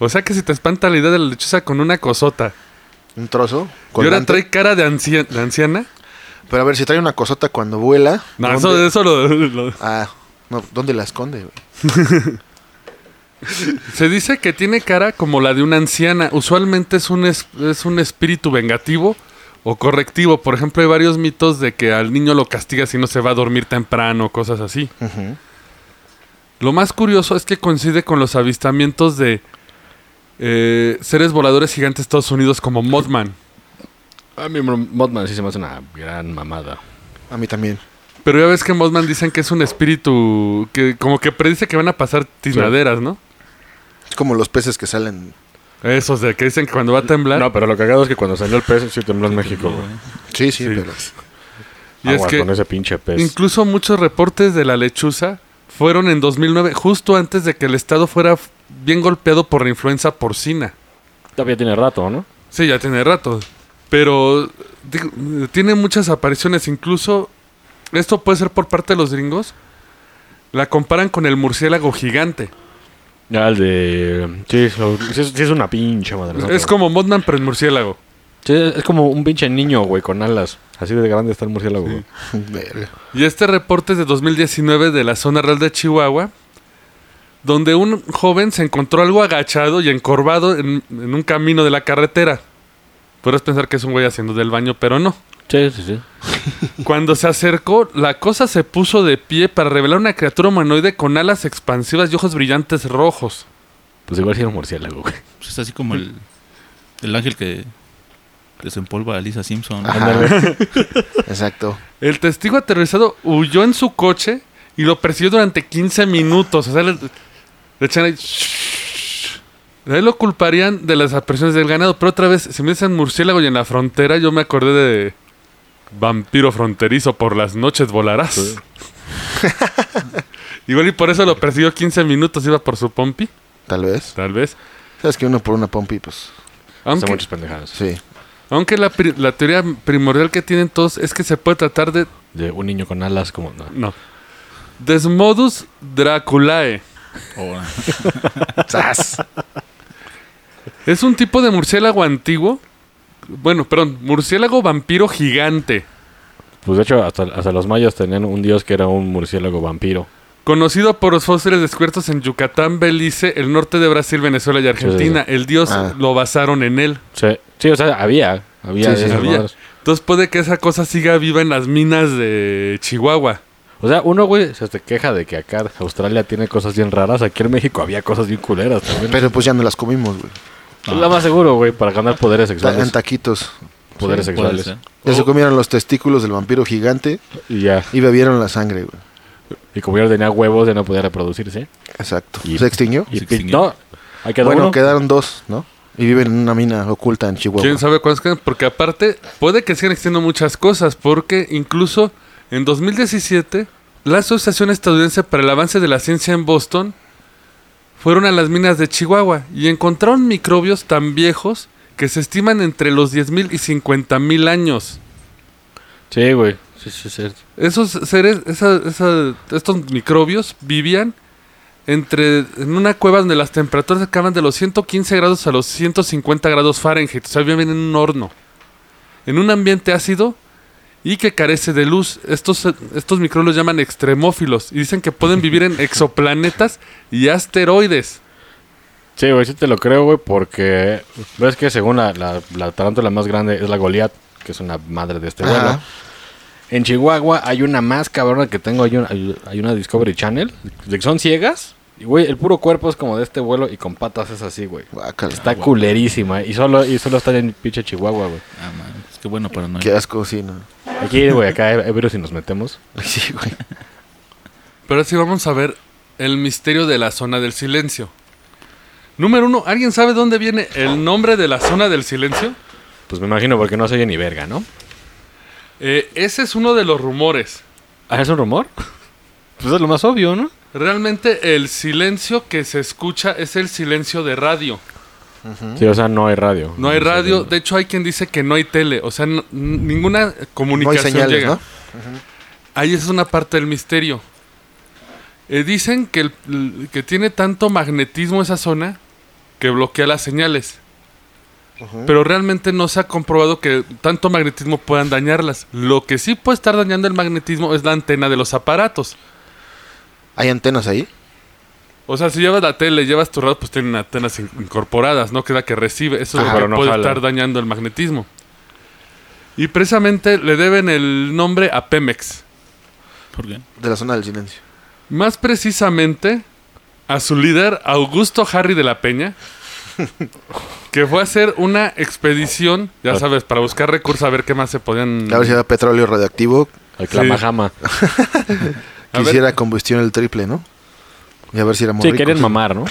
[SPEAKER 2] O sea que si te espanta la idea de la lechuza con una cosota.
[SPEAKER 3] Un trozo.
[SPEAKER 2] Y ahora
[SPEAKER 3] colgante.
[SPEAKER 2] trae cara de, ancian- de anciana.
[SPEAKER 3] Pero a ver, si trae una cosota cuando vuela.
[SPEAKER 2] No,
[SPEAKER 3] ¿dónde-
[SPEAKER 2] eso, eso lo- lo-
[SPEAKER 3] Ah, no, ¿dónde la esconde, güey?
[SPEAKER 2] Se dice que tiene cara como la de una anciana. Usualmente es un, es, es un espíritu vengativo o correctivo. Por ejemplo, hay varios mitos de que al niño lo castiga si no se va a dormir temprano, cosas así.
[SPEAKER 3] Ujú.
[SPEAKER 2] Lo más curioso es que coincide con los avistamientos de eh, seres voladores gigantes de Estados Unidos como Mothman.
[SPEAKER 4] A mí Mo- Mothman sí se me hace una gran mamada.
[SPEAKER 3] A mí también.
[SPEAKER 2] Pero ya ves que en Mothman dicen que es un espíritu que como que predice que van a pasar tiznaderas, ¿no?
[SPEAKER 3] Es como los peces que salen.
[SPEAKER 2] Esos de que dicen que cuando va a temblar.
[SPEAKER 4] No, pero lo cagado es que cuando salió el pez sí tembló en México, güey.
[SPEAKER 3] Sí, sí, pero.
[SPEAKER 2] Y es
[SPEAKER 4] Aguas
[SPEAKER 2] que-
[SPEAKER 4] con ese pinche pez.
[SPEAKER 2] Incluso muchos reportes de la lechuza fueron en 2009, justo antes de que el estado fuera f- bien golpeado por la influenza porcina.
[SPEAKER 4] Todavía tiene rato, ¿no?
[SPEAKER 2] Sí, ya tiene rato. Pero digo, tiene muchas apariciones. Incluso esto puede ser por parte de los gringos. La comparan con el murciélago gigante.
[SPEAKER 4] Ya el de... Sí, lo- sí es- sí es una pinche madre.
[SPEAKER 2] Es como Mothman, pero el murciélago.
[SPEAKER 4] es como un pinche niño, güey, con alas. Así de grande está el murciélago, güey.
[SPEAKER 3] Verga.
[SPEAKER 2] Y este reporte es de 2019 de la zona real de Chihuahua, donde un joven se encontró algo agachado y encorvado en, en un camino de la carretera. Podrías pensar que es un güey haciendo del baño, pero no.
[SPEAKER 4] Sí, sí, sí.
[SPEAKER 2] Cuando se acercó, la cosa se puso de pie para revelar una criatura humanoide con alas expansivas y ojos brillantes rojos.
[SPEAKER 4] Pues igual sí era un murciélago, güey.
[SPEAKER 5] Pues es así como el, el ángel que desempolva a Lisa Simpson.
[SPEAKER 3] Ajá. Exacto.
[SPEAKER 2] El testigo aterrorizado huyó en su coche y lo persiguió durante 15 minutos. O sea, le, le echan ahí. De ahí lo culparían de las apariciones del ganado. Pero otra vez, si me dicen murciélago y en la frontera, yo me acordé de vampiro fronterizo por las noches volarás.
[SPEAKER 4] Sí.
[SPEAKER 2] *laughs* Igual y por eso lo persiguió 15 minutos, iba por su pompi,
[SPEAKER 3] Tal vez.
[SPEAKER 2] tal vez.
[SPEAKER 3] Sabes que uno por una pompi, pues.
[SPEAKER 4] Son
[SPEAKER 2] Aunque,
[SPEAKER 4] muchas pendejadas.
[SPEAKER 3] Sí.
[SPEAKER 2] aunque la, pri- la teoría primordial que tienen todos es que se puede tratar de
[SPEAKER 4] De un niño con alas como... no.
[SPEAKER 2] No. Desmodus Draculae.
[SPEAKER 5] Ahora,
[SPEAKER 3] ¡Sas!
[SPEAKER 2] Es un tipo de murciélago antiguo. Bueno, perdón, murciélago vampiro gigante.
[SPEAKER 4] Pues de hecho, hasta, hasta los mayas tenían un dios que era un murciélago vampiro.
[SPEAKER 2] Conocido por los fósiles descubiertos en Yucatán, Belice, el norte de Brasil, Venezuela y Argentina. El dios
[SPEAKER 3] Ah.
[SPEAKER 2] lo basaron en él.
[SPEAKER 4] Sí, sí o sea, había. Había
[SPEAKER 3] Sí,
[SPEAKER 4] de
[SPEAKER 3] sí,
[SPEAKER 4] esas
[SPEAKER 2] había.
[SPEAKER 4] madres.
[SPEAKER 2] Entonces puede que esa cosa siga viva en las minas de Chihuahua.
[SPEAKER 4] O sea, uno, güey, se te queja de que acá Australia tiene cosas bien raras. Aquí en México había cosas bien culeras también.
[SPEAKER 3] Pero pues ya no las comimos, güey.
[SPEAKER 4] Es la más seguro, güey, para ganar poderes
[SPEAKER 3] Ta- En
[SPEAKER 4] sexuales.
[SPEAKER 3] taquitos.
[SPEAKER 4] Poderes
[SPEAKER 5] puede
[SPEAKER 4] sexuales.
[SPEAKER 5] ser.
[SPEAKER 3] Ya se comieron los testículos del vampiro gigante
[SPEAKER 4] Y ya.
[SPEAKER 3] y bebieron la sangre, güey.
[SPEAKER 4] Y como ya tenía huevos, ya no podía reproducirse.
[SPEAKER 3] Exacto.
[SPEAKER 4] Y-
[SPEAKER 3] ¿Se extinguió?
[SPEAKER 4] Y
[SPEAKER 5] Se
[SPEAKER 4] pi-
[SPEAKER 5] extinguió.
[SPEAKER 4] no, ahí quedó
[SPEAKER 3] bueno,
[SPEAKER 4] uno.
[SPEAKER 3] quedaron dos, ¿no? Y viven en una mina oculta en Chihuahua.
[SPEAKER 2] ¿Quién sabe cuáles quedan? Porque aparte, puede que sigan existiendo muchas cosas, porque incluso en 2017, la Asociación Estadounidense para el Avance de la Ciencia en Boston fueron a las minas de Chihuahua y encontraron microbios tan viejos que se estiman entre los 10.000 y 50.000 años.
[SPEAKER 4] Sí, güey. Sí, sí, sí.
[SPEAKER 2] Esos seres, esa- esa- estos microbios vivían entre en una cueva donde las temperaturas acaban de los 115 grados a los 150 grados Fahrenheit, o sea, viven en un horno, en un ambiente ácido y que carece de luz. Estos, eh, estos microbios los llaman extremófilos y dicen que pueden vivir en exoplanetas y asteroides.
[SPEAKER 4] Sí, güey, sí te lo creo, güey, porque ves que según la, la, la tarántula más grande es la Goliat, que es una madre de este
[SPEAKER 3] Ajá.
[SPEAKER 4] vuelo. En Chihuahua hay una más cabrona que tengo, hay una, hay hay una Discovery Channel, de que son ciegas. Y, güey, el puro cuerpo es como de este vuelo y con patas es así, güey.
[SPEAKER 3] Guácala.
[SPEAKER 4] Está culerísima. Y solo, y solo está en pinche Chihuahua, güey.
[SPEAKER 5] Ah, man, es que bueno para no.
[SPEAKER 3] Qué asco, sí, ¿no?
[SPEAKER 4] Aquí, güey, acá hay hay virus y nos metemos.
[SPEAKER 3] Sí, güey.
[SPEAKER 2] Pero ahora sí vamos a ver el misterio de la zona del silencio. Número uno, ¿alguien sabe dónde viene el nombre de la zona del silencio?
[SPEAKER 4] Pues me imagino porque no se oye ni verga, ¿no?
[SPEAKER 2] Eh, ese es uno de los rumores.
[SPEAKER 4] ¿Ah, es un rumor? Pues es lo más obvio, ¿no?
[SPEAKER 2] Realmente el silencio que se escucha es el silencio de radio.
[SPEAKER 4] Sí, o sea, no hay radio.
[SPEAKER 2] No hay radio. De hecho, hay quien dice que no hay tele. O sea, no- n- ninguna
[SPEAKER 3] No hay
[SPEAKER 2] comunicación
[SPEAKER 3] señales,
[SPEAKER 2] llega.
[SPEAKER 3] ¿no?
[SPEAKER 2] Ahí es una parte del misterio. Eh, dicen que, el- l- que tiene tanto magnetismo esa zona que bloquea las señales. Pero realmente no se ha comprobado que tanto magnetismo puedan dañarlas. Lo que sí puede estar dañando el magnetismo es la antena de los aparatos.
[SPEAKER 3] ¿Hay antenas ahí?
[SPEAKER 2] O sea, si llevas la tele, llevas tu radio, pues tienen antenas in- incorporadas, ¿no? Queda que recibe. Eso es
[SPEAKER 4] Ajá.
[SPEAKER 2] lo que
[SPEAKER 4] Pero no
[SPEAKER 2] puede
[SPEAKER 4] jala.
[SPEAKER 2] estar dañando el magnetismo. Y precisamente le deben el nombre a Pemex.
[SPEAKER 5] ¿Por qué?
[SPEAKER 3] De la zona del silencio.
[SPEAKER 2] Más precisamente a su líder, Augusto Harry de la Peña, que fue a hacer una expedición,
[SPEAKER 4] Ah.
[SPEAKER 2] ya sabes, para buscar recursos, a ver qué más se podían...
[SPEAKER 3] A ver si era petróleo radioactivo.
[SPEAKER 4] El clamajama.
[SPEAKER 2] A ver.
[SPEAKER 3] Quisiera combustión el triple, ¿no? Y a ver si era muy
[SPEAKER 4] Sí,
[SPEAKER 3] ricos.
[SPEAKER 4] quieren mamar, ¿no?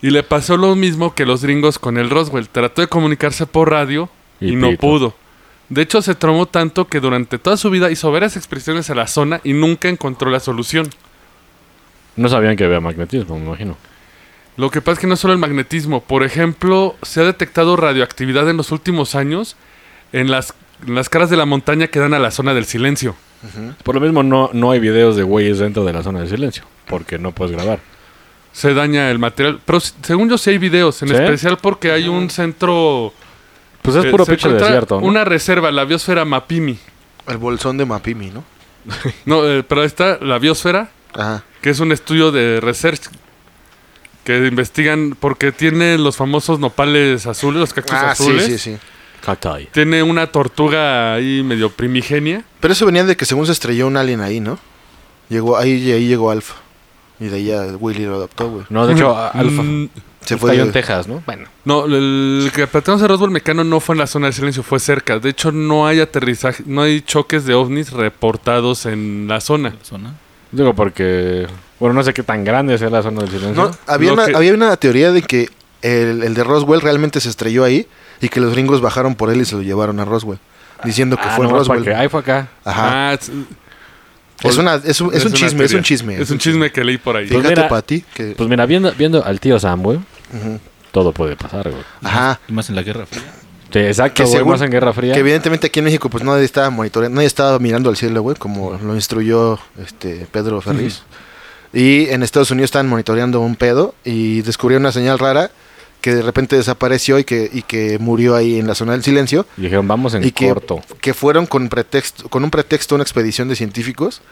[SPEAKER 2] Y le pasó lo mismo que los gringos con el Roswell. Trató de comunicarse por radio y,
[SPEAKER 4] Y
[SPEAKER 2] no
[SPEAKER 4] pito.
[SPEAKER 2] pudo. De hecho, se tromó tanto que durante toda su vida hizo varias expediciones a la zona y nunca encontró la solución.
[SPEAKER 4] No sabían que había magnetismo, me imagino.
[SPEAKER 2] Lo que pasa es que no es solo el magnetismo. Por ejemplo, se ha detectado radioactividad en los últimos años en las, en las caras de la montaña que dan a la zona del silencio.
[SPEAKER 4] Por lo mismo, no, no hay videos de güeyes dentro de la zona de silencio. Porque no puedes grabar.
[SPEAKER 2] Se daña el material. Pero s- según yo sí hay videos, en
[SPEAKER 4] ¿Sí?
[SPEAKER 2] especial porque hay un centro...
[SPEAKER 4] Pues es
[SPEAKER 2] eh,
[SPEAKER 4] puro
[SPEAKER 2] se
[SPEAKER 4] pinche
[SPEAKER 2] encuentra
[SPEAKER 4] desierto. ¿no?
[SPEAKER 2] Una reserva, la biosfera Mapimi.
[SPEAKER 3] El bolsón de Mapimi, ¿no?
[SPEAKER 2] No, eh, pero ahí está la biosfera,
[SPEAKER 3] Ajá.
[SPEAKER 2] que es un estudio de research que investigan porque tiene los famosos nopales azules, los cactus
[SPEAKER 3] Ah, sí,
[SPEAKER 2] azules.
[SPEAKER 3] sí, sí.
[SPEAKER 4] Cacti.
[SPEAKER 2] Tiene una tortuga ahí medio primigenia.
[SPEAKER 3] Pero eso venía de que según se estrelló un alien ahí, ¿no? Llegó ahí, ahí llegó Alpha. Y de ahí ya Willy lo adoptó, güey.
[SPEAKER 4] No, de hecho, a- Alfa.
[SPEAKER 2] Mm,
[SPEAKER 3] Se
[SPEAKER 4] Está
[SPEAKER 3] fue
[SPEAKER 4] ahí en
[SPEAKER 3] de...
[SPEAKER 4] Texas, ¿no? Bueno.
[SPEAKER 2] no, el que platicamos de Roswell Mecano no fue en la zona de silencio, fue cerca. De hecho, no hay aterrizaje, no hay choques de ovnis reportados en la zona.
[SPEAKER 5] ¿La zona?
[SPEAKER 4] Digo, porque. Bueno, no sé qué tan grande sea la zona del silencio.
[SPEAKER 3] No, había
[SPEAKER 2] Lo
[SPEAKER 3] una,
[SPEAKER 2] que-
[SPEAKER 3] había una teoría de que el, el de Roswell realmente se estrelló ahí y que los gringos bajaron por él y se lo llevaron a Roswell. Diciendo que
[SPEAKER 4] Ah,
[SPEAKER 3] fue en
[SPEAKER 4] nomás para
[SPEAKER 3] Roswell.
[SPEAKER 4] que- ahí fue acá.
[SPEAKER 3] Ajá.
[SPEAKER 2] Ah, es,
[SPEAKER 3] es, una, es, un, es un
[SPEAKER 2] una
[SPEAKER 3] chisme, es
[SPEAKER 2] teoría.
[SPEAKER 3] un chisme.
[SPEAKER 2] Es un chisme que leí por ahí.
[SPEAKER 4] Pues
[SPEAKER 3] Fíjate
[SPEAKER 4] mira-
[SPEAKER 3] para ti que...
[SPEAKER 4] Pues mira, viendo, viendo al tío Sam, güey,
[SPEAKER 3] Ujú.
[SPEAKER 4] todo puede pasar, güey.
[SPEAKER 3] Ajá.
[SPEAKER 5] Y más en la Guerra Fría.
[SPEAKER 4] Sí, exacto,
[SPEAKER 3] Que
[SPEAKER 4] güey,
[SPEAKER 3] según-
[SPEAKER 4] más en Guerra Fría.
[SPEAKER 3] Que evidentemente aquí en México pues nadie estaba monitoreando, nadie estaba mirando al cielo, güey, como lo instruyó este Pedro Ferriz. Y en Estados Unidos estaban monitoreando un pedo y descubrieron una señal rara que de repente desapareció y que, y que murió ahí en la zona del silencio.
[SPEAKER 4] Y dijeron, vamos en
[SPEAKER 3] y que,
[SPEAKER 4] corto.
[SPEAKER 3] que fueron con pretexto, con un pretexto a una expedición de científicos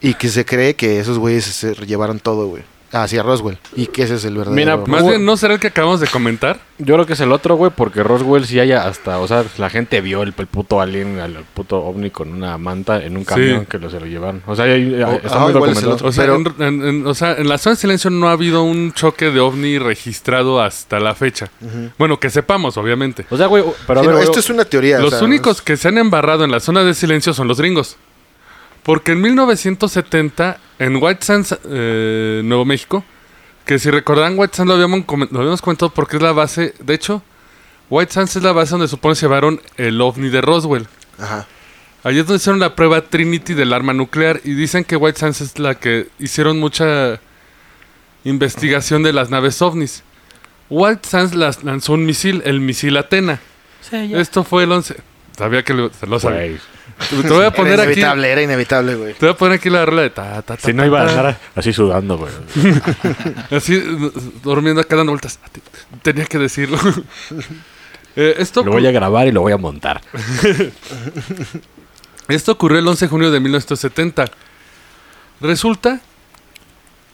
[SPEAKER 3] y que se cree que esos güeyes se llevaron todo, güey, hacia Roswell. Y que ese es el verdadero.
[SPEAKER 4] Mira,
[SPEAKER 2] Más bien, ¿no será el que acabamos de comentar?
[SPEAKER 4] Yo creo que es el otro, güey, porque Roswell sí haya hasta... O sea, la gente vio el, el puto alien, al al puto ovni con una manta en un camión que lo, se lo llevaron. O sea, ahí- ahí-
[SPEAKER 3] O-
[SPEAKER 4] está
[SPEAKER 3] ah,
[SPEAKER 4] muy
[SPEAKER 3] igual es el
[SPEAKER 4] documentado.
[SPEAKER 3] otro.
[SPEAKER 2] O sea,
[SPEAKER 3] Pero-
[SPEAKER 2] en, en- en- o sea, en la zona de silencio no ha habido un choque de ovni registrado hasta la fecha. Bueno, que sepamos, obviamente.
[SPEAKER 4] O sea, güey, pero a
[SPEAKER 3] Sí,
[SPEAKER 4] ver,
[SPEAKER 3] no,
[SPEAKER 4] güey,
[SPEAKER 3] esto es una teoría. o
[SPEAKER 2] Los
[SPEAKER 3] sea,
[SPEAKER 2] únicos que se han embarrado en la zona de silencio son los gringos. Porque en 1970, en White Sands, eh, Nuevo México, que si recordarán, White Sands lo habíamos, comen- lo habíamos comentado porque es la base, de hecho, White Sands es la base donde supone se llevaron el ovni de Roswell.
[SPEAKER 3] Ajá.
[SPEAKER 2] Allí es donde hicieron la prueba Trinity del arma nuclear y dicen que White Sands es la que hicieron mucha investigación de las naves ovnis. White Sands las lanzó un misil, el misil Atena. Esto fue el 11. Sabía que lo, lo sabía.
[SPEAKER 4] güey,
[SPEAKER 2] Te voy a poner
[SPEAKER 3] era
[SPEAKER 2] aquí.
[SPEAKER 3] inevitable, era inevitable, güey.
[SPEAKER 2] Te voy a poner aquí la regla de ta, ta, ta,
[SPEAKER 4] Si no
[SPEAKER 2] ta,
[SPEAKER 4] iba a
[SPEAKER 2] ta.
[SPEAKER 4] andar así
[SPEAKER 3] *laughs*
[SPEAKER 4] sudando, güey.
[SPEAKER 2] Así, eh, durmiendo acá dando vueltas. Tenía que decirlo. *laughs* Eh, esto,
[SPEAKER 4] Lo voy a grabar y lo voy a montar.
[SPEAKER 2] Esto ocurrió el 11 de junio de 1970. Resulta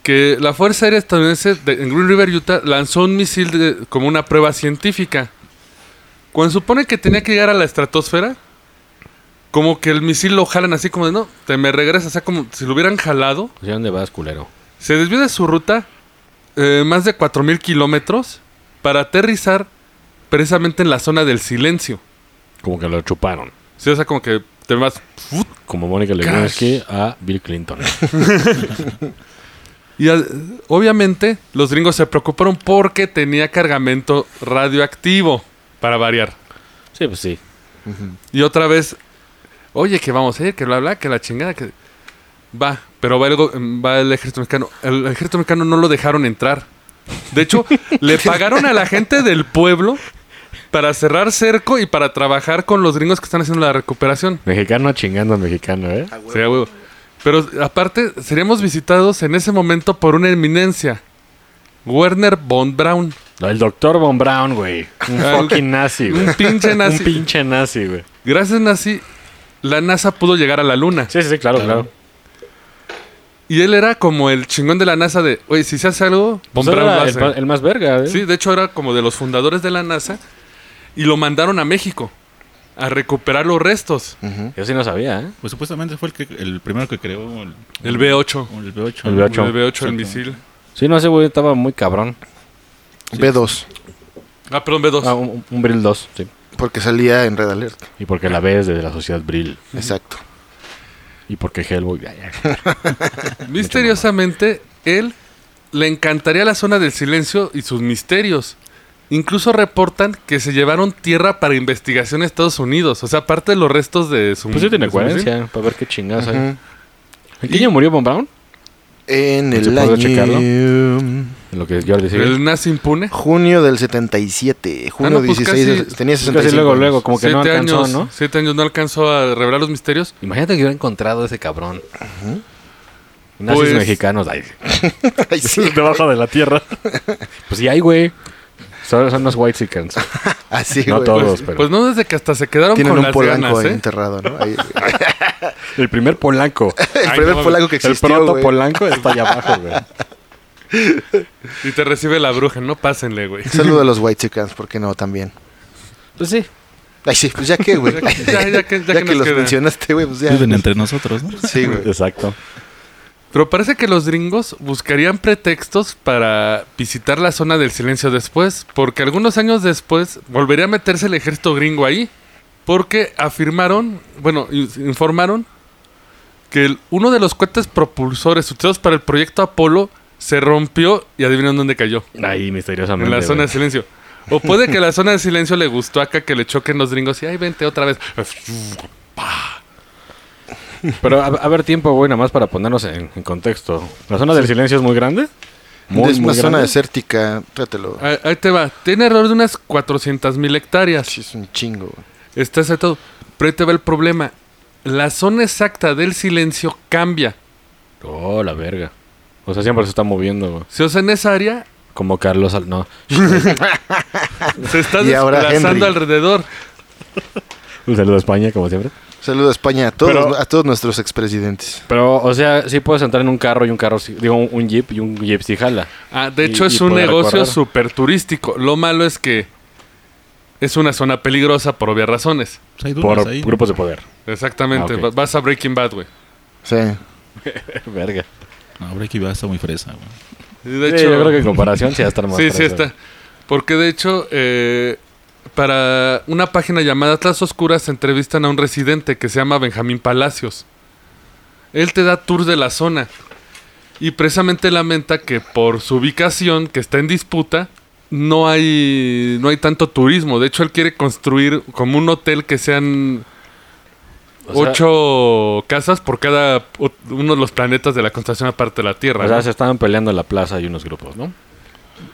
[SPEAKER 2] que la Fuerza Aérea Estadounidense de- en Green River, Utah, lanzó un misil de- como una prueba científica. Cuando supone que tenía que llegar a la estratosfera, como que el misil lo jalan así como de no, te me regresas, o sea, como si lo hubieran jalado.
[SPEAKER 4] O sea, ¿dónde vas, culero?
[SPEAKER 2] Se desvió de su ruta eh, más de 4.000 kilómetros para aterrizar precisamente en la zona del silencio.
[SPEAKER 4] Como que lo chuparon.
[SPEAKER 2] Sí, o sea, como que te vas
[SPEAKER 4] Como Mónica Lewinsky a Bill Clinton.
[SPEAKER 2] Y al- obviamente los gringos se preocuparon porque tenía cargamento radioactivo, para variar.
[SPEAKER 4] Sí, pues sí.
[SPEAKER 2] Y otra vez, oye, que vamos a ir, que bla, bla, que la chingada, que... Va, pero va el, go- va el ejército mexicano. El ejército mexicano no lo dejaron entrar. De hecho, le pagaron a la gente del pueblo para cerrar cerco y para trabajar con los gringos que están haciendo la recuperación.
[SPEAKER 4] Mexicano chingando a mexicano, ¿eh?
[SPEAKER 2] Sí, a huevo. Pero aparte, seríamos visitados en ese momento por una eminencia. Werner von Braun.
[SPEAKER 4] El doctor Von Brown, güey. Un
[SPEAKER 2] Ah,
[SPEAKER 4] fucking nazi, güey.
[SPEAKER 2] Un
[SPEAKER 4] *laughs*
[SPEAKER 2] pinche nazi.
[SPEAKER 4] Un pinche nazi, güey.
[SPEAKER 2] Gracias, Nazi, la NASA pudo llegar a la Luna.
[SPEAKER 4] Sí, sí, sí, claro, claro.
[SPEAKER 2] Y él era como el chingón de la NASA de, oye, si se hace algo,
[SPEAKER 4] Pues
[SPEAKER 2] Von Braun
[SPEAKER 4] era
[SPEAKER 2] lo
[SPEAKER 4] el,
[SPEAKER 2] hace".
[SPEAKER 4] pa- el más verga, ¿eh?
[SPEAKER 2] Sí, de hecho era como de los fundadores de la NASA y lo mandaron a México a recuperar los restos.
[SPEAKER 3] Ujú.
[SPEAKER 4] Yo sí no sabía, ¿eh?
[SPEAKER 5] Pues supuestamente fue el, que- el primero que creó el,
[SPEAKER 2] El B8.
[SPEAKER 5] el B8.
[SPEAKER 4] El
[SPEAKER 5] ¿no?
[SPEAKER 4] B8.
[SPEAKER 2] El B8, el
[SPEAKER 5] Exacto.
[SPEAKER 2] misil.
[SPEAKER 4] Sí, no, ese güey estaba muy cabrón.
[SPEAKER 3] B2,
[SPEAKER 2] Ah, perdón, B2.
[SPEAKER 4] Ah, un, un Brill 2, sí.
[SPEAKER 3] porque salía en Red Alert.
[SPEAKER 4] Y porque la ves desde la sociedad Brill.
[SPEAKER 3] Exacto.
[SPEAKER 4] Y porque Hellboy. ay, ay. *laughs*
[SPEAKER 2] Misteriosamente, él le encantaría la zona del silencio y sus misterios. Incluso reportan que se llevaron tierra para investigación a Estados Unidos. O sea, aparte de los restos de su...
[SPEAKER 4] Pues sí tiene
[SPEAKER 2] de su misil.
[SPEAKER 4] coherencia, para ver qué chingadas hay.
[SPEAKER 3] Ujú.
[SPEAKER 4] ¿En qué año murió Von Brown?
[SPEAKER 3] En
[SPEAKER 4] ¿Se
[SPEAKER 3] el
[SPEAKER 4] puede
[SPEAKER 3] año...
[SPEAKER 4] checarlo? En lo que yo decía.
[SPEAKER 2] El nazi impune.
[SPEAKER 3] Junio del 77, junio
[SPEAKER 2] Ah, no, pues
[SPEAKER 3] 16,
[SPEAKER 2] casi-
[SPEAKER 3] tenía
[SPEAKER 4] Casi
[SPEAKER 3] 65
[SPEAKER 4] luego,
[SPEAKER 3] años.
[SPEAKER 4] luego, como que no alcanzó,
[SPEAKER 2] años,
[SPEAKER 4] ¿no?
[SPEAKER 2] Siete años no alcanzó a revelar los misterios.
[SPEAKER 4] Imagínate que hubiera encontrado a ese cabrón. Nazis
[SPEAKER 2] Pues-
[SPEAKER 4] mexicanos, *laughs* ay.
[SPEAKER 3] Ay, sí.
[SPEAKER 4] *laughs* Debajo de la tierra. pues sí, hay, güey. Solo son los white chickens.
[SPEAKER 3] Así,
[SPEAKER 4] No
[SPEAKER 3] güey.
[SPEAKER 4] todo. Todos,
[SPEAKER 2] Pues,
[SPEAKER 4] pero-
[SPEAKER 2] pues no, desde que hasta se quedaron
[SPEAKER 3] Tienen
[SPEAKER 2] con
[SPEAKER 3] un
[SPEAKER 2] las
[SPEAKER 3] polanco
[SPEAKER 2] ganas,
[SPEAKER 3] ahí *laughs*
[SPEAKER 2] ¿eh?
[SPEAKER 3] enterrado, ¿no? Ahí-
[SPEAKER 4] El primer polanco.
[SPEAKER 3] el
[SPEAKER 2] Ay,
[SPEAKER 3] primer
[SPEAKER 2] no,
[SPEAKER 3] polanco que
[SPEAKER 4] el
[SPEAKER 3] existió,
[SPEAKER 4] proto
[SPEAKER 3] güey.
[SPEAKER 4] polanco está allá abajo, güey.
[SPEAKER 2] Y te recibe la bruja, no pásenle, güey.
[SPEAKER 3] Saludo a los White Chickens, ¿por qué no? También.
[SPEAKER 4] Pues sí.
[SPEAKER 3] Ay, sí, pues ya que, güey.
[SPEAKER 2] Ya que- *laughs* ya- ya
[SPEAKER 3] *laughs*
[SPEAKER 2] que- ya que nos
[SPEAKER 3] los
[SPEAKER 2] queda.
[SPEAKER 3] mencionaste, güey, pues ya.
[SPEAKER 5] Viven entre nosotros, ¿no?
[SPEAKER 3] Sí, güey.
[SPEAKER 4] Exacto.
[SPEAKER 2] Pero parece que los gringos buscarían pretextos para visitar la zona del silencio después, porque algunos años después volvería a meterse el ejército gringo ahí, porque afirmaron, bueno, in- informaron que el- uno de los cohetes propulsores utilizados para el proyecto Apolo se rompió y adivinen dónde cayó,
[SPEAKER 4] Ahí misteriosamente.
[SPEAKER 2] en la
[SPEAKER 4] güey.
[SPEAKER 2] zona del silencio. O puede que la zona del silencio le gustó acá que le choquen los gringos y ay, vente otra vez.
[SPEAKER 4] Pero a, a ver, tiempo, güey, nada más para ponernos en, en contexto. ¿La zona del silencio es muy grande? Muy,
[SPEAKER 3] es una
[SPEAKER 4] muy
[SPEAKER 3] zona
[SPEAKER 4] grande. Ah.
[SPEAKER 3] desértica, trátelo.
[SPEAKER 2] Ahí, ahí te va. Tiene alrededor de unas 400 mil hectáreas.
[SPEAKER 3] Sí, es un chingo, güey.
[SPEAKER 2] Está aceptado. Pero ahí te va el problema. La zona exacta del silencio cambia.
[SPEAKER 4] Oh, la verga. O sea, siempre se está moviendo, güey.
[SPEAKER 2] Si o sea, en esa área
[SPEAKER 4] Como Carlos Al... No.
[SPEAKER 2] se
[SPEAKER 4] *laughs*
[SPEAKER 2] está
[SPEAKER 3] Y ahora Henry.
[SPEAKER 2] desplazando alrededor.
[SPEAKER 4] Un saludo a España, como siempre.
[SPEAKER 3] Saludo a España, a todos,
[SPEAKER 4] Pero-
[SPEAKER 3] a todos nuestros expresidentes.
[SPEAKER 4] Pero, o sea, sí puedes entrar en un carro y un carro... sí- Digo, un, un jeep y un jeep sí jala.
[SPEAKER 2] Ah, de
[SPEAKER 4] Y-
[SPEAKER 2] hecho,
[SPEAKER 4] y
[SPEAKER 2] es un
[SPEAKER 4] poder
[SPEAKER 2] negocio
[SPEAKER 4] recorrer.
[SPEAKER 2] súper turístico. Lo malo es que es una zona peligrosa por obvias razones.
[SPEAKER 5] Pues hay dunas
[SPEAKER 4] Por
[SPEAKER 5] ahí.
[SPEAKER 4] grupos de poder.
[SPEAKER 2] Exactamente.
[SPEAKER 4] Ah, ok.
[SPEAKER 2] Va- Vas a Breaking Bad, güey.
[SPEAKER 3] Sí.
[SPEAKER 4] *laughs* verga.
[SPEAKER 5] No, Breaking Bad está muy fresa, güey.
[SPEAKER 2] Y De
[SPEAKER 4] Sí,
[SPEAKER 2] hecho,
[SPEAKER 4] yo creo que en comparación sí va a estar más
[SPEAKER 2] sí, sí
[SPEAKER 4] fresa.
[SPEAKER 2] está. Porque de hecho, eh, para una página llamada Atlas Oscuras se entrevistan a un residente que se llama Benjamín Palacios. Él te da tours de la zona y precisamente lamenta que por su ubicación, que está en disputa, no hay, no hay tanto turismo. De hecho, él quiere construir como un hotel que sean
[SPEAKER 4] O sea-
[SPEAKER 2] ocho casas por cada o- uno de los planetas de la constelación aparte de la Tierra.
[SPEAKER 4] O sea,
[SPEAKER 2] ¿no?
[SPEAKER 4] se estaban peleando en la plaza y unos grupos, ¿no?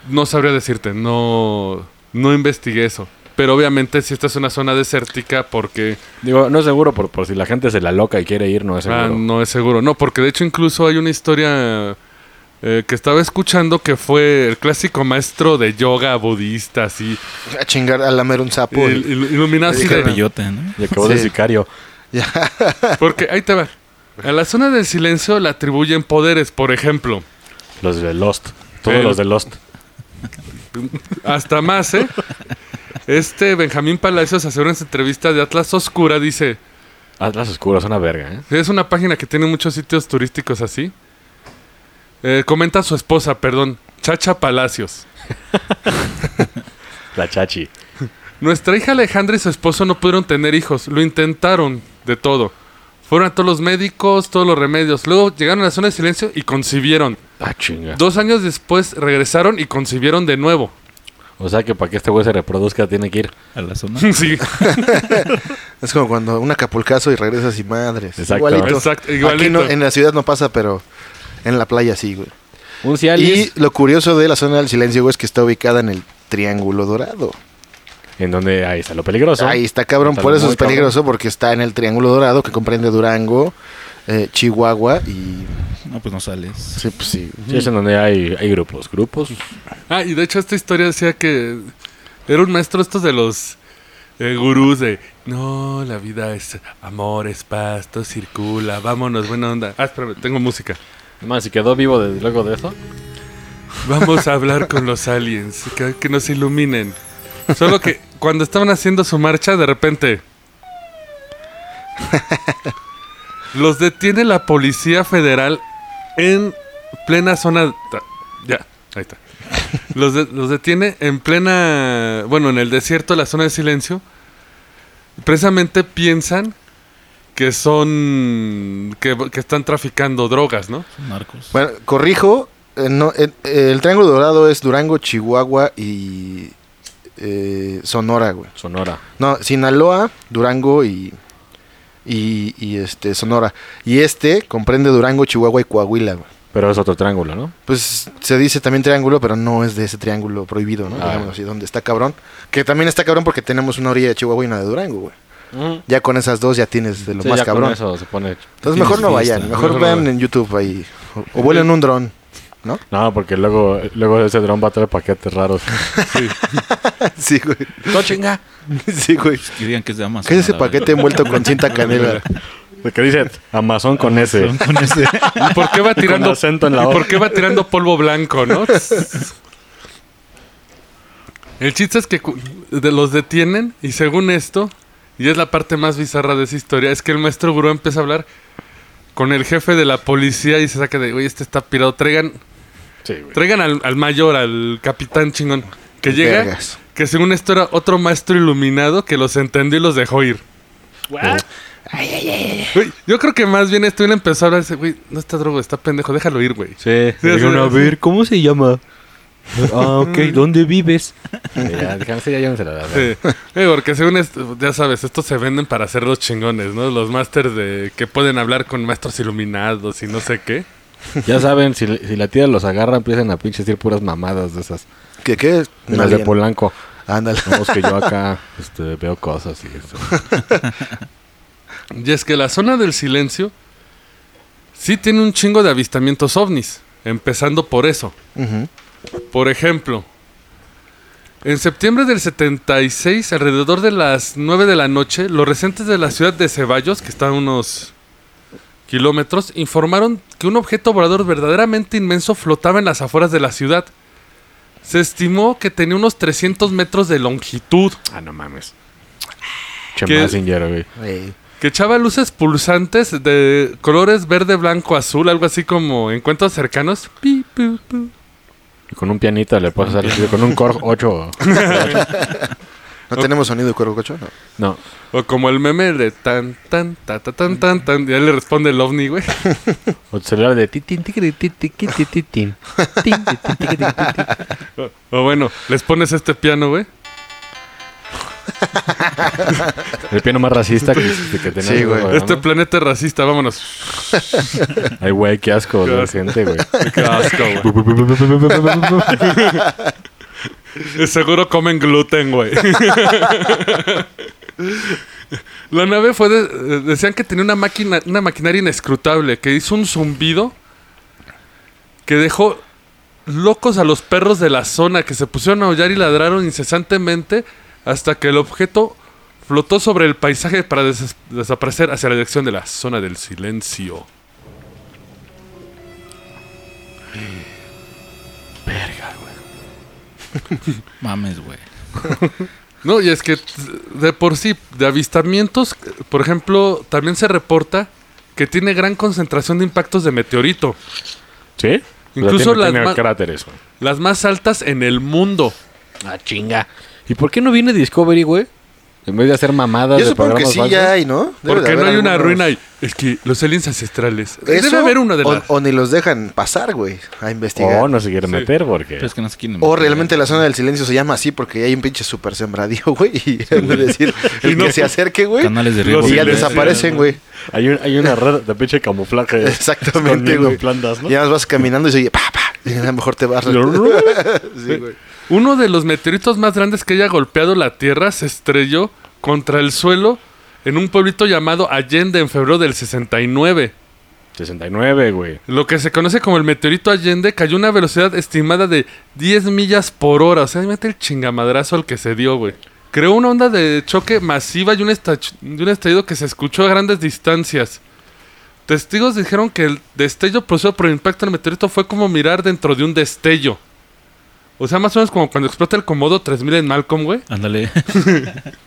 [SPEAKER 2] No sabría decirte, no, no investigué eso. Pero obviamente si esta es una zona desértica porque
[SPEAKER 4] Digo, no es seguro por, por si la gente se la loca y quiere ir, no es Pues seguro.
[SPEAKER 2] ah, no es seguro. No, porque de hecho incluso hay una historia eh, que estaba escuchando que fue el clásico maestro de yoga budista, así,
[SPEAKER 3] A chingar, a lamer un sapo.
[SPEAKER 2] il- il- iluminado así
[SPEAKER 5] Es
[SPEAKER 2] de-
[SPEAKER 5] Pillote, ¿no?
[SPEAKER 4] Y acabó de
[SPEAKER 3] Sí.
[SPEAKER 4] sicario.
[SPEAKER 2] Porque ahí te va. A la zona del silencio le atribuyen poderes, por ejemplo.
[SPEAKER 4] Los de Lost. Todos
[SPEAKER 2] El-
[SPEAKER 4] los de Lost.
[SPEAKER 2] Hasta más, ¿eh? Este Benjamín Palacios, hace una entrevista de Atlas Oscura, dice...
[SPEAKER 4] Atlas Oscuras, una verga, ¿eh?
[SPEAKER 2] Sí, Es una página que tiene muchos sitios turísticos así. Eh, comenta su esposa, perdón, Chacha Palacios.
[SPEAKER 4] La chachi.
[SPEAKER 2] Nuestra hija Alejandra y su esposo no pudieron tener hijos. Lo intentaron de todo. Fueron a todos los médicos, todos los remedios. Luego llegaron a la zona de silencio y concibieron.
[SPEAKER 4] Ah, chinga.
[SPEAKER 2] Dos años después regresaron y concibieron de nuevo. *laughs*
[SPEAKER 4] O sea que para que este güey se reproduzca tiene que ir.
[SPEAKER 5] A la zona.
[SPEAKER 2] sí,
[SPEAKER 3] Es como cuando un acapulcazo y regresas y madres.
[SPEAKER 4] Exacto.
[SPEAKER 3] Igualito.
[SPEAKER 2] Exacto,
[SPEAKER 3] Aquí
[SPEAKER 2] igualito.
[SPEAKER 3] no- en la ciudad no pasa, pero en la playa sí, güey.
[SPEAKER 4] Un
[SPEAKER 3] Y
[SPEAKER 4] Cialis.
[SPEAKER 3] lo curioso de la zona del silencio, güey, es que está ubicada en el Triángulo Dorado.
[SPEAKER 4] En donde ahí está lo peligroso.
[SPEAKER 3] Ahí está cabrón,
[SPEAKER 4] Está
[SPEAKER 3] por eso
[SPEAKER 4] muy
[SPEAKER 3] es peligroso, porque está en el Triángulo Dorado que comprende Durango, eh, Chihuahua y...
[SPEAKER 5] No, pues no sales.
[SPEAKER 3] Sí, pues sí.
[SPEAKER 4] Sí, es en donde hay, hay grupos. Grupos.
[SPEAKER 2] Ah, y de hecho esta historia decía que era un maestro estos de los eh, gurús de, no, la vida es amor, es paz, todo circula, vámonos, buena onda. Ah, espérame, tengo música.
[SPEAKER 4] Más, si quedó vivo desde luego de eso.
[SPEAKER 2] Vamos a hablar con los aliens, que, que nos iluminen. Solo que cuando estaban haciendo su marcha, de repente... Los detiene la Policía Federal en plena zona... ta- Ya, ahí está. Los, de- los detiene en plena... Bueno, en el desierto, la zona de silencio. Precisamente piensan que son... que, que están traficando drogas, ¿no?
[SPEAKER 5] Son narcos.
[SPEAKER 3] Bueno, corrijo, eh, no, el, el Triángulo Dorado es Durango, Chihuahua y eh, Sonora, güey.
[SPEAKER 4] Sonora.
[SPEAKER 3] No, Sinaloa, Durango y, y, y, este, Sonora. Y este comprende Durango, Chihuahua y Coahuila, güey.
[SPEAKER 4] Pero es otro triángulo, ¿no?
[SPEAKER 3] Pues se dice también triángulo, pero no es de ese triángulo prohibido, ¿no?
[SPEAKER 4] Ah.
[SPEAKER 3] Digamos así, donde está cabrón. Que también está cabrón porque tenemos una orilla de Chihuahua y una de Durango, güey. Ya con esas dos ya tienes de lo
[SPEAKER 4] Sí,
[SPEAKER 3] más
[SPEAKER 4] ya con
[SPEAKER 3] cabrón.
[SPEAKER 4] eso se pone...
[SPEAKER 3] Entonces mejor no
[SPEAKER 5] Fiesta.
[SPEAKER 3] vayan, mejor
[SPEAKER 2] Mejor no
[SPEAKER 3] vean
[SPEAKER 2] vayan.
[SPEAKER 3] en YouTube ahí. O, o vuelen un dron, ¿no?
[SPEAKER 4] No, porque luego, luego ese dron va a traer
[SPEAKER 3] *laughs*
[SPEAKER 4] paquetes raros.
[SPEAKER 3] Sí, güey.
[SPEAKER 4] no chinga.
[SPEAKER 3] Sí, güey.
[SPEAKER 5] Que digan que es de Amazon.
[SPEAKER 3] ¿Qué es ese
[SPEAKER 5] la verdad.
[SPEAKER 3] paquete envuelto con cinta canela?
[SPEAKER 4] ¿Qué dice? Amazon con S.
[SPEAKER 5] Con ese.
[SPEAKER 2] ¿Y por qué va tirando
[SPEAKER 4] Con acento en la
[SPEAKER 2] y
[SPEAKER 4] O.
[SPEAKER 2] por qué va tirando polvo blanco, no? El chiste es que cu- de- los detienen y según esto, y es la parte más bizarra de esa historia, es que el maestro Buró empieza a hablar con el jefe de la policía y se saca de, oye, este está pirado, traigan,
[SPEAKER 4] Sí, güey.
[SPEAKER 2] traigan al, al mayor, al capitán chingón, que llega,
[SPEAKER 3] Vergas.
[SPEAKER 2] que según esto era otro maestro iluminado que los entendió y los dejó ir. Güey, yo creo que más bien esto él empezó a hablar, dice, güey, no está drogo, está pendejo, déjalo ir, güey.
[SPEAKER 4] Sí.
[SPEAKER 2] Sí, sí, sí.
[SPEAKER 6] ¿cómo se
[SPEAKER 5] *laughs*
[SPEAKER 6] llama? Ah, ok, ¿dónde vives?
[SPEAKER 4] Ya, dijeron, sí, ya llévensela, la verdad.
[SPEAKER 2] Sí. Eh, porque según esto, ya sabes, estos se venden para hacer los chingones, ¿no? Los másters de que pueden hablar con maestros iluminados y no sé qué.
[SPEAKER 4] Ya saben, si, si la tía los agarra, empiezan a pinche decir puras mamadas de esas.
[SPEAKER 3] ¿Qué qué?
[SPEAKER 4] De las de
[SPEAKER 3] Alien.
[SPEAKER 4] Polanco.
[SPEAKER 3] Ándale.
[SPEAKER 4] Vamos que yo acá este, veo cosas y eso.
[SPEAKER 2] Y es que la zona del silencio sí tiene un chingo de avistamientos ovnis, empezando por eso.
[SPEAKER 3] Ujú.
[SPEAKER 2] Por ejemplo, en septiembre del 76, alrededor de las 9 de la noche, los residentes de la ciudad de Ceballos, que está a unos kilómetros, informaron que un objeto volador verdaderamente inmenso flotaba en las afueras de la ciudad. Se estimó que tenía unos 300 metros de longitud,
[SPEAKER 4] Ah, no mames. Che
[SPEAKER 2] ¿Qué?
[SPEAKER 4] Mazinger, güey.
[SPEAKER 3] Eh,
[SPEAKER 2] que echaba luces pulsantes de colores verde, blanco, azul, algo así como encuentros cercanos. Pi, pu, pu.
[SPEAKER 4] Y con un pianito le puedes hacer con un Korg 8.
[SPEAKER 3] ¿No tenemos sonido de cuervo cocho? No.
[SPEAKER 4] No.
[SPEAKER 2] O como el meme de tan, tan, ta, ta, tan, tan, tan. Ya le responde el ovni, güey.
[SPEAKER 4] O tu celular de titin, tiquiri, tiquiri, tiquiri, tin. Tin, tiquiri, tiquiri, tiquiri.
[SPEAKER 2] O bueno, les pones este piano, güey.
[SPEAKER 4] El piano más racista que, que tenemos.
[SPEAKER 3] Sí, güey.
[SPEAKER 4] ¿no?
[SPEAKER 2] Este planeta es racista, vámonos.
[SPEAKER 4] Ay, güey, qué asco
[SPEAKER 2] Qué
[SPEAKER 4] de
[SPEAKER 2] asco.
[SPEAKER 4] gente, *laughs* güey.
[SPEAKER 2] Qué asco, güey. De Seguro comen gluten, güey. La nave fue... de- eh, decían que tenía una máquina, una maquinaria inescrutable que hizo un zumbido que dejó locos a los perros de la zona que se pusieron a aullar y ladraron incesantemente hasta que el objeto flotó sobre el paisaje para des- desaparecer hacia la dirección de la zona del silencio.
[SPEAKER 5] Mames, güey.
[SPEAKER 2] No, y es que t- de por sí, de avistamientos, por ejemplo, también se reporta que tiene gran concentración de impactos de meteorito,
[SPEAKER 4] ¿Sí? O sea,
[SPEAKER 2] Incluso
[SPEAKER 4] tiene-
[SPEAKER 2] las
[SPEAKER 4] tiene
[SPEAKER 2] ma-
[SPEAKER 4] cráteres, güey.
[SPEAKER 2] las más altas en el mundo.
[SPEAKER 4] Ah, chinga. ¿Y por qué no viene Discovery, güey? En vez de hacer mamadas
[SPEAKER 3] Yo
[SPEAKER 4] de
[SPEAKER 3] supongo que
[SPEAKER 4] programas
[SPEAKER 3] sí
[SPEAKER 4] falsos.
[SPEAKER 3] ya hay, ¿no? Debe de
[SPEAKER 2] porque no
[SPEAKER 3] haber
[SPEAKER 2] hay una
[SPEAKER 3] algunos.
[SPEAKER 2] ruina ahí. Es que los aliens ancestrales.
[SPEAKER 3] Eso,
[SPEAKER 2] Debe haber una de
[SPEAKER 3] o-
[SPEAKER 2] las.
[SPEAKER 3] O, ni los dejan pasar, güey, a investigar.
[SPEAKER 4] O
[SPEAKER 3] O,
[SPEAKER 4] Oh, no se quiere
[SPEAKER 2] Sí.
[SPEAKER 4] meter porque...
[SPEAKER 5] Pero es que no sé quién.
[SPEAKER 3] realmente la zona del silencio se llama así porque hay un pinche super sembradío, *laughs* güey. Y han de decir, el
[SPEAKER 2] no.
[SPEAKER 3] que se acerque, güey.
[SPEAKER 5] Canales de riego.
[SPEAKER 2] Los
[SPEAKER 3] Y ya
[SPEAKER 2] silencios.
[SPEAKER 3] desaparecen, güey.
[SPEAKER 4] Hay, un- hay una red de pinche camuflaje.
[SPEAKER 3] *laughs* Exactamente,
[SPEAKER 4] escondiendo
[SPEAKER 3] güey.
[SPEAKER 4] plantas, ¿no?
[SPEAKER 3] Ya vas caminando y se oye, pa, pa. Y a lo mejor te
[SPEAKER 4] *laughs*
[SPEAKER 3] vas. *laughs* sí, güey.
[SPEAKER 2] Uno de los meteoritos más grandes que haya golpeado la Tierra se estrelló contra el suelo en un pueblito llamado Allende en febrero del 69.
[SPEAKER 4] 69, güey.
[SPEAKER 2] Lo que se conoce como el meteorito Allende cayó a una velocidad estimada de 10 millas por hora. O sea, mete el chingamadrazo al que se dio, güey. Creó una onda de choque masiva y un, estach- y un estallido que se escuchó a grandes distancias. Testigos dijeron que el destello producido por el impacto del meteorito fue como mirar dentro de un destello. O sea, más o menos como cuando explota el Comodo 3000 en Malcolm, güey.
[SPEAKER 5] Ándale. *laughs*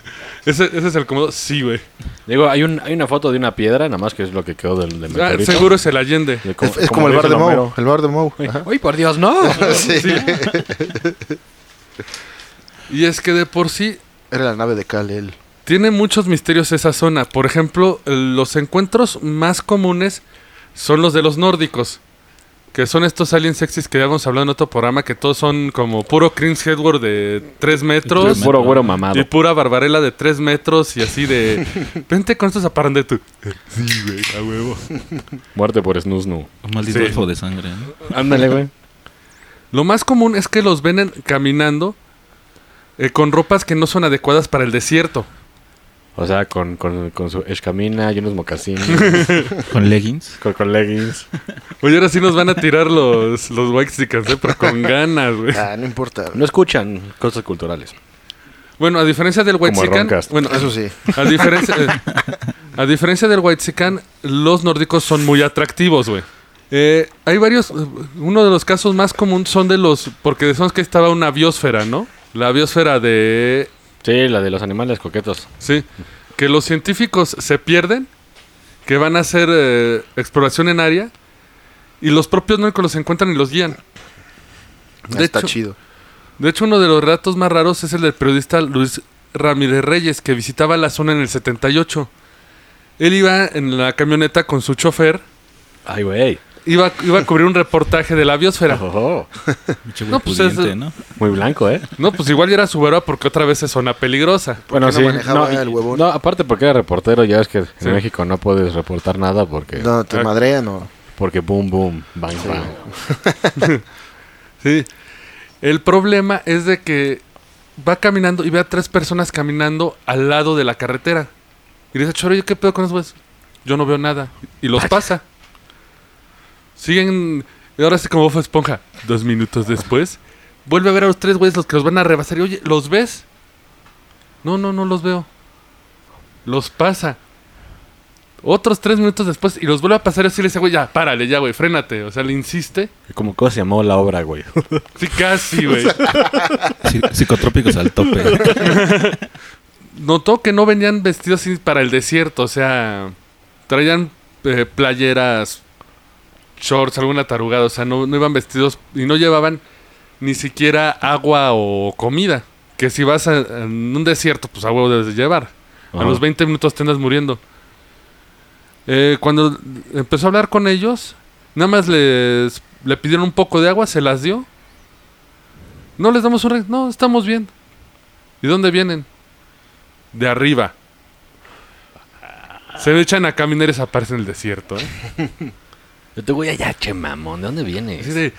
[SPEAKER 2] Ese, ese es el Comodo, sí, güey.
[SPEAKER 4] Digo, hay, un, hay una foto de una piedra, nada más que es lo que quedó del, del
[SPEAKER 2] Ah,
[SPEAKER 4] meteorito.
[SPEAKER 2] seguro es el Allende.
[SPEAKER 4] De cómo-
[SPEAKER 3] Es, es
[SPEAKER 4] cómo
[SPEAKER 3] como el
[SPEAKER 4] lo
[SPEAKER 3] bar de
[SPEAKER 4] hizo Homero.
[SPEAKER 3] Mou. El bar de Mou. ajá.
[SPEAKER 2] *laughs*
[SPEAKER 4] Uy, por Dios, no.
[SPEAKER 3] *laughs* Sí,
[SPEAKER 2] Y es que de por sí
[SPEAKER 3] Era la nave de Kal-El.
[SPEAKER 2] Tiene muchos misterios esa zona. Por ejemplo, los encuentros más comunes son los de los nórdicos. Que son estos aliens sexys que ya hemos hablado en otro programa, que todos son como puro Crims Headward de 3 metros.
[SPEAKER 4] Es puro güero mamado.
[SPEAKER 2] Y pura barbarela de 3 metros y así *laughs* de... Vente con estos aparan de tu... Sí, güey, a huevo.
[SPEAKER 4] Muerte por snusnu.
[SPEAKER 5] Un maldito
[SPEAKER 2] Sí.
[SPEAKER 5] elfo de sangre. ¿no?
[SPEAKER 4] Ándale, güey.
[SPEAKER 2] Lo más común es que los ven en- caminando eh, con ropas que no son adecuadas para el desierto.
[SPEAKER 4] O sea, con, con, con su escamina y unos mocasines, *laughs*
[SPEAKER 5] Con leggings.
[SPEAKER 4] con, con leggings.
[SPEAKER 2] Oye, ahora sí nos van a tirar los, los Waxicans, ¿eh? pero *laughs* con ganas, güey.
[SPEAKER 3] Ah, *laughs* no importa.
[SPEAKER 4] No escuchan cosas culturales.
[SPEAKER 2] Bueno, a diferencia del White
[SPEAKER 4] el Roncast.
[SPEAKER 2] bueno,
[SPEAKER 3] Eso sí.
[SPEAKER 2] a diferencia, eh, a diferencia del White los nórdicos son muy atractivos, güey. Eh, hay varios, eh, uno de los casos más común son de los, porque decimos que estaba una biosfera, ¿no? La biosfera de,
[SPEAKER 4] Sí, la de los animales coquetos.
[SPEAKER 2] sí, que los científicos se pierden, que van a hacer eh, exploración en área y los propios nórdicos los encuentran y los guían. De
[SPEAKER 3] Está
[SPEAKER 2] hecho-
[SPEAKER 3] chido.
[SPEAKER 2] de hecho, uno de los relatos más raros es el del periodista Luis Ramírez Reyes, que visitaba la zona en el 78. Él iba en la camioneta con su chofer,
[SPEAKER 4] Ay, güey.
[SPEAKER 2] iba, iba a cubrir un reportaje de la biosfera.
[SPEAKER 4] Ojo,
[SPEAKER 5] Mucho
[SPEAKER 2] No,
[SPEAKER 5] güey
[SPEAKER 2] pues es-
[SPEAKER 5] pudiente, ¿no?
[SPEAKER 4] Muy blanco, ¿eh?
[SPEAKER 2] No, pues igual ya era su verba porque otra vez es zona peligrosa.
[SPEAKER 4] Bueno,
[SPEAKER 3] no
[SPEAKER 4] sí.
[SPEAKER 3] manejaba
[SPEAKER 4] y-
[SPEAKER 3] el huevón?
[SPEAKER 4] no, aparte porque era reportero, ya es que en
[SPEAKER 2] Sí.
[SPEAKER 4] México no puedes reportar nada porque,
[SPEAKER 3] No, te
[SPEAKER 2] Ah.
[SPEAKER 3] madrean o.
[SPEAKER 4] porque boom, boom, bang, bang.
[SPEAKER 2] Sí. El problema es de que va caminando y ve a tres personas caminando al lado de la carretera. Y dice, Choro, ¿yo qué pedo con esos güeyes? Yo no veo nada. Y los pasa. Siguen. Y ahora sí, como fue esponja. Dos minutos después, vuelve a ver a los tres güeyes los que los van a rebasar. Y oye, ¿los ves? No, no, no los veo. Los pasa. Otros tres minutos después y los vuelve a pasar. Y así le dice, güey, ya, párale, ya, güey, frénate. O sea, le insiste.
[SPEAKER 4] Como cómo se llamó la obra, güey.
[SPEAKER 2] Sí, casi, güey.
[SPEAKER 5] Sí, psicotrópicos
[SPEAKER 4] *laughs*
[SPEAKER 5] al tope.
[SPEAKER 2] notó que no venían vestidos así para el desierto, o sea, traían eh, playeras, shorts, alguna tarugada, o sea, no, no iban vestidos y no llevaban ni siquiera agua o comida, que si vas a- en un desierto, pues agua debes de llevar. A
[SPEAKER 4] Ajá.
[SPEAKER 2] los 20 minutos te andas muriendo. Eh, cuando empezó a hablar con ellos, nada más les, le pidieron un poco de agua, se las dio. No les damos un re... No, estamos bien. ¿Y dónde vienen? De arriba. Se echan a caminar y desaparecen en el desierto. ¿eh?
[SPEAKER 4] *laughs* Yo te voy allá, che mamón, ¿de dónde vienes?
[SPEAKER 2] Así de,